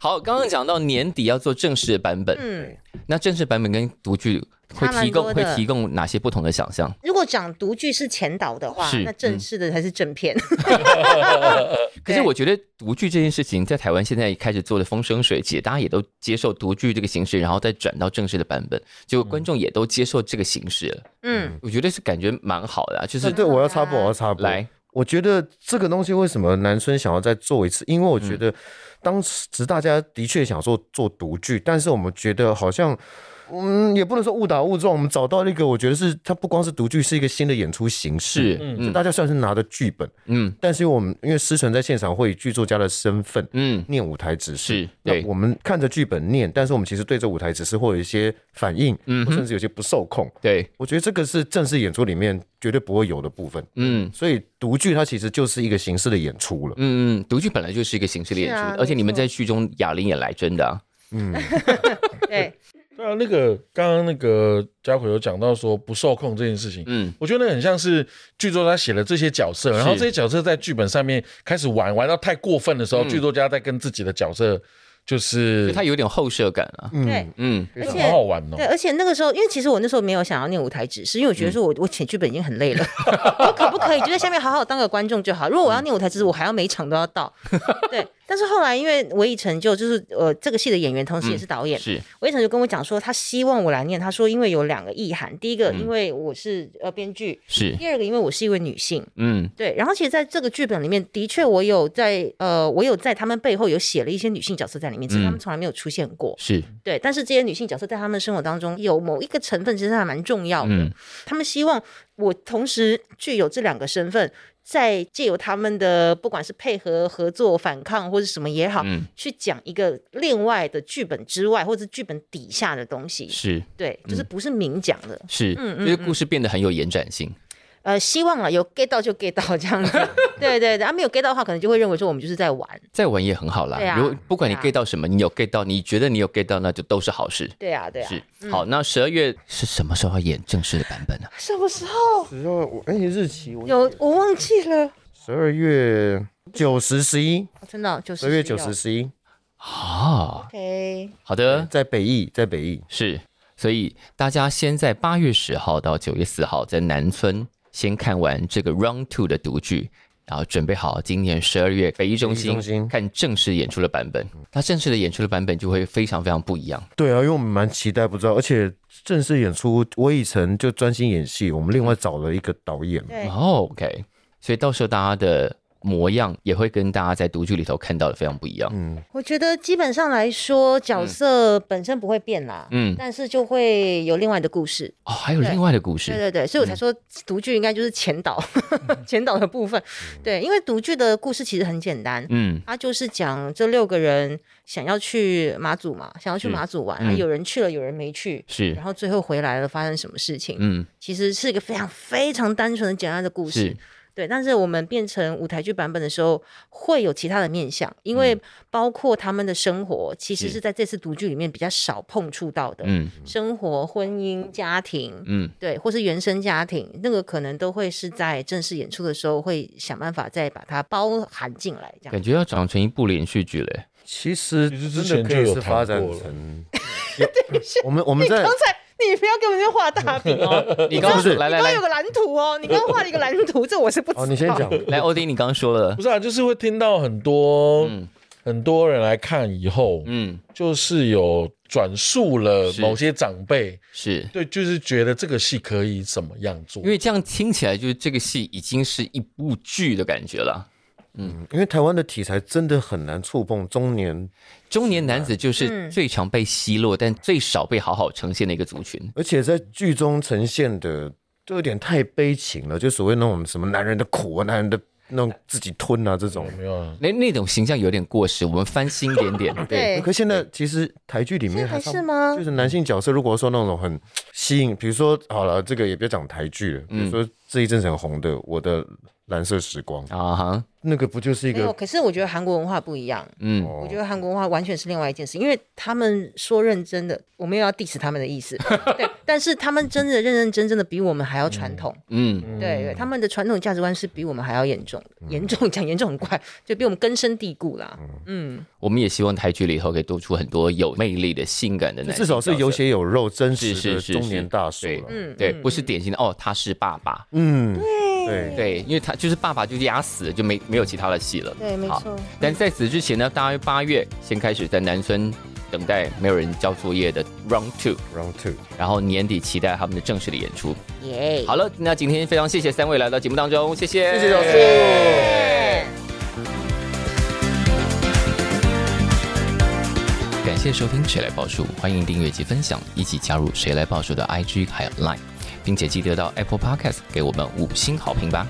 [SPEAKER 2] 好，刚刚讲到年底要做正式的版本，
[SPEAKER 3] 嗯，
[SPEAKER 2] 那正式版本跟独剧会
[SPEAKER 3] 差蛮
[SPEAKER 2] 提供
[SPEAKER 3] 多
[SPEAKER 2] 会
[SPEAKER 3] 的
[SPEAKER 2] 提供哪些不同的想象？
[SPEAKER 3] 如果讲独剧是前导的话
[SPEAKER 2] 是，
[SPEAKER 3] 那正式的才是正片。
[SPEAKER 2] 可是我觉得独剧这件事情在台湾现在开始做的风生水起，大家也都接受独剧这个形式，然后再转到正式的版本，结果观众也都接受这个形式了。
[SPEAKER 3] 嗯，
[SPEAKER 2] 我觉得是感觉蛮好的、啊，就
[SPEAKER 4] 这
[SPEAKER 2] 是
[SPEAKER 4] 对我要插播，我要插播。
[SPEAKER 2] 来，
[SPEAKER 4] 我觉得这个东西为什么男生想要再做一次？因为我
[SPEAKER 2] 嗯
[SPEAKER 4] 觉得当时大家的确想做做独剧，但是我们觉得好像嗯，也不能说误打误撞，我们找到那个，我觉得是它不光是独剧，是一个新的演出形式。
[SPEAKER 2] 是，
[SPEAKER 4] 就
[SPEAKER 2] 嗯
[SPEAKER 4] 大家虽然是拿着剧本，
[SPEAKER 2] 嗯
[SPEAKER 4] 但是因为我们因为思纯在现场会以剧作家的身份
[SPEAKER 2] 嗯，
[SPEAKER 4] 念舞台指示
[SPEAKER 2] 是，对
[SPEAKER 4] 那我们看着剧本念，但是我们其实对这舞台指示会有一些反应，
[SPEAKER 2] 嗯哼
[SPEAKER 4] 甚至有些不受控。
[SPEAKER 2] 对，
[SPEAKER 4] 我觉得这个是正式演出里面绝对不会有的部分。
[SPEAKER 2] 嗯。
[SPEAKER 4] 所以独剧它其实就是一个形式的演出了。
[SPEAKER 2] 嗯嗯，独剧本来就是一个形式的演出，
[SPEAKER 3] 是啊
[SPEAKER 2] 而且你们
[SPEAKER 3] 没错
[SPEAKER 2] 在剧中哑铃也来真的、啊，
[SPEAKER 4] 嗯，
[SPEAKER 3] 对，
[SPEAKER 1] 对啊，那个刚刚那个家奎有讲到说不受控这件事情，
[SPEAKER 2] 嗯，
[SPEAKER 1] 我觉得很像是剧作家写了这些角色，然后这些角色在剧本上面开始玩，玩到太过分的时候，
[SPEAKER 2] 嗯
[SPEAKER 1] 剧作家在跟自己的角色就是
[SPEAKER 2] 就它有点后设感啊，
[SPEAKER 3] 对
[SPEAKER 2] 嗯
[SPEAKER 3] 而且
[SPEAKER 1] 好好玩哦
[SPEAKER 3] 对，。而且那个时候，因为其实我那时候没有想要念舞台指示，因为我觉
[SPEAKER 2] 嗯
[SPEAKER 3] 得说我、我写剧本已经很累了，我可不可以就在下面好好当个观众就好？如果我
[SPEAKER 2] 嗯
[SPEAKER 3] 要念舞台指示，我还要每一场都要到。 对，但是后来因为韦以成就就是呃这个戏的演员，同时也是导
[SPEAKER 2] 嗯
[SPEAKER 3] 演，
[SPEAKER 2] 是，
[SPEAKER 3] 韦以成就跟我讲说，他希望我来念，他说因为有两个意涵，第一
[SPEAKER 2] 嗯
[SPEAKER 3] 个因为我是呃编剧，
[SPEAKER 2] 是，
[SPEAKER 3] 第二个因为我是一位女性。
[SPEAKER 2] 嗯
[SPEAKER 3] 对，然后其实在这个剧本里面，的确我有在呃，我有在他们背后有写了一些女性角色在里面，只是他们
[SPEAKER 2] 嗯
[SPEAKER 3] 从来没有出现过。
[SPEAKER 2] 是，
[SPEAKER 3] 对，但是这些女性角色在她们生活当中有某一个成分，其实还蛮重要的。
[SPEAKER 2] 嗯
[SPEAKER 3] 她们希望我同时具有这两个身份，再借由她们的不管是配合、合作、反抗或者什么也好，
[SPEAKER 2] 嗯
[SPEAKER 3] 去讲一个另外的剧本之外，或者剧本底下的东西。
[SPEAKER 2] 是
[SPEAKER 3] 对，就是不是明讲的。
[SPEAKER 2] 是，
[SPEAKER 3] 嗯
[SPEAKER 2] 这个故事变得很有延展性，
[SPEAKER 3] 呃，希望了有 get 到就 get 到这样子。对对对，啊，没有 get 到的话，可能就会认为说我们就是在玩。
[SPEAKER 2] 再玩也很好啦。
[SPEAKER 3] 对啊
[SPEAKER 2] 如果不管你
[SPEAKER 3] 对啊
[SPEAKER 2] get 到什么，你有 get 到，你觉得你有 get 到，那就都是好事。
[SPEAKER 3] 对啊，对啊。
[SPEAKER 2] 是，好，那十二月是什么时候要演正式的版本呢、
[SPEAKER 3] 什么时候
[SPEAKER 4] 十二我哎日期我
[SPEAKER 3] 有？我忘记了。
[SPEAKER 4] 十二月九十十一，
[SPEAKER 3] 哦真的、九十
[SPEAKER 4] 十二月九十。十一，
[SPEAKER 2] 啊？
[SPEAKER 3] OK，
[SPEAKER 2] 好的，
[SPEAKER 4] 在北艺，在北艺。
[SPEAKER 2] 是，所以大家先在八月十号到九月四号在南村先看完这个 Round Two 的独剧。然后准备好今年十二月北艺中
[SPEAKER 4] 北艺中
[SPEAKER 2] 心
[SPEAKER 4] 心
[SPEAKER 2] 看正式演出的版本，那正式的演出的版本就会非常非常不一样。
[SPEAKER 4] 对啊，因为我们蛮期待，不知道，而且正式演出，我以前就专心演戏，我们另外找了一个导演，
[SPEAKER 3] 对，
[SPEAKER 2] 哦，OK，所以到时候大家的模样也会跟大家在独剧里头看到的非常不一样。
[SPEAKER 4] 嗯，
[SPEAKER 3] 我觉得基本上来说，角色本身不会变啦，
[SPEAKER 2] 嗯，
[SPEAKER 3] 但是就会有另外的故事。
[SPEAKER 2] 哦，还有
[SPEAKER 3] 对
[SPEAKER 2] 另外的故
[SPEAKER 3] 对
[SPEAKER 2] 事，
[SPEAKER 3] 对对，所以我才说独剧应该就是前导，
[SPEAKER 2] 嗯
[SPEAKER 3] 前导的部分。 对，因为独剧的故事其实很简单。
[SPEAKER 2] 嗯
[SPEAKER 3] 它就是讲这六个人想要去马祖嘛，想要去
[SPEAKER 2] 是
[SPEAKER 3] 马祖玩，
[SPEAKER 2] 嗯
[SPEAKER 3] 啊有人去了，有人没去，
[SPEAKER 2] 是
[SPEAKER 3] 然后最后回来了，发生什么事情？
[SPEAKER 2] 嗯
[SPEAKER 3] 其实是一个非常非常单纯、简单的故事
[SPEAKER 2] 是。
[SPEAKER 3] 对，但是我们变成舞台剧版本的时候，会有其他的面向，因为包括他们的生活，其
[SPEAKER 2] 嗯
[SPEAKER 3] 实
[SPEAKER 2] 是
[SPEAKER 3] 是在这次独剧里面比较少碰触到的，
[SPEAKER 2] 嗯
[SPEAKER 3] 生活、婚姻、家庭，
[SPEAKER 2] 嗯
[SPEAKER 3] 对，或是原生家庭，那个可能都会是在正式演出的时候会想办法再把它包含进来，这样
[SPEAKER 2] 感觉要长成一部连续剧嘞。
[SPEAKER 4] 其实
[SPEAKER 1] 其实之
[SPEAKER 4] 真的
[SPEAKER 1] 前
[SPEAKER 4] 可以
[SPEAKER 1] 就有
[SPEAKER 4] 是
[SPEAKER 1] 谈
[SPEAKER 4] 发展
[SPEAKER 1] 过了
[SPEAKER 4] 成，有我们我们在
[SPEAKER 3] 你不要给我们画大饼哦，
[SPEAKER 2] 你刚刚说来来来
[SPEAKER 3] 个蓝图哦，你刚刚画了一个蓝图，这我是不
[SPEAKER 4] 哦，你先 讲，
[SPEAKER 2] 来，欧丁，你刚刚说了
[SPEAKER 1] 不，是啊，就是会听到很多、
[SPEAKER 2] 嗯
[SPEAKER 1] 很多人来看以后，
[SPEAKER 2] 嗯，
[SPEAKER 1] 就是有转述了
[SPEAKER 2] 是
[SPEAKER 1] 某些长辈，
[SPEAKER 2] 是
[SPEAKER 1] 对，就是觉得这个戏可以怎么样做
[SPEAKER 2] 因。为这样听起来就是这个戏已经是一部剧的感觉了。
[SPEAKER 4] 因为台湾的题材真的很难触碰中年，
[SPEAKER 2] 中年男子就是
[SPEAKER 3] 嗯
[SPEAKER 2] 最常被奚落，但最少被好好呈现的一个族群。
[SPEAKER 4] 而且在剧中呈现的就有点太悲情了，就所谓那种什么男人的苦啊，男人的那种自己吞啊这种。
[SPEAKER 1] 有没有啊？
[SPEAKER 2] 那那种形象有点过时，我们翻新一点 点。
[SPEAKER 3] 对
[SPEAKER 4] 可现在其实台剧里面
[SPEAKER 3] 现在还
[SPEAKER 4] 上
[SPEAKER 3] 是吗
[SPEAKER 4] 就是男性角色，如果说那种很吸引，比如说好了，这个也别讲台剧了，比
[SPEAKER 2] 嗯
[SPEAKER 4] 如说这一阵子很红的《我的蓝色时光》，
[SPEAKER 2] 啊哈，
[SPEAKER 4] 那个不就是一
[SPEAKER 3] 没有，
[SPEAKER 4] 个
[SPEAKER 3] 可是我觉得韩国文化不一样。
[SPEAKER 2] 嗯，
[SPEAKER 4] 哦
[SPEAKER 3] 我觉得韩国文化完全是另外一件事，因为他们说认真的，我没有要 diss 他们的 意思，对，但是他们真的认认真真的比我们还要传统，
[SPEAKER 2] 嗯，
[SPEAKER 3] 对对，他们的传统价值观是比我们还要严重的，严重讲严重很快，就比我们根深蒂固啦，嗯，
[SPEAKER 2] 我们也希望台剧里头可以多出很多有魅力的、性感的男性
[SPEAKER 4] 至少是有
[SPEAKER 2] 角色。
[SPEAKER 4] 血有肉、真
[SPEAKER 2] 是
[SPEAKER 4] 实
[SPEAKER 2] 是
[SPEAKER 4] 的
[SPEAKER 2] 是
[SPEAKER 4] 中年大叔
[SPEAKER 2] 对
[SPEAKER 4] 了。
[SPEAKER 3] 嗯
[SPEAKER 2] 对，
[SPEAKER 3] 嗯
[SPEAKER 2] 不是典型的哦，他是爸爸，
[SPEAKER 4] 嗯，对
[SPEAKER 2] 对，因为他就是爸爸就压死了，就没没有其他的戏了。
[SPEAKER 3] 对，没
[SPEAKER 2] 好
[SPEAKER 3] 错，
[SPEAKER 2] 但在此之前呢，大约八月先开始在南村等待没有人交作业的 Round Two，
[SPEAKER 4] ，Round Two，
[SPEAKER 2] 然后年底期待他们的正式的演出。
[SPEAKER 3] 耶，
[SPEAKER 2] 好了，那今天非常谢谢三位来到节目当中，谢谢，
[SPEAKER 4] 谢谢老师。
[SPEAKER 2] 感谢收听《谁来报数》，欢迎订阅及分享，一起加入《谁来报数》的 IG 还有 Line，并且记得到 Apple Podcast 给我们五星好评吧。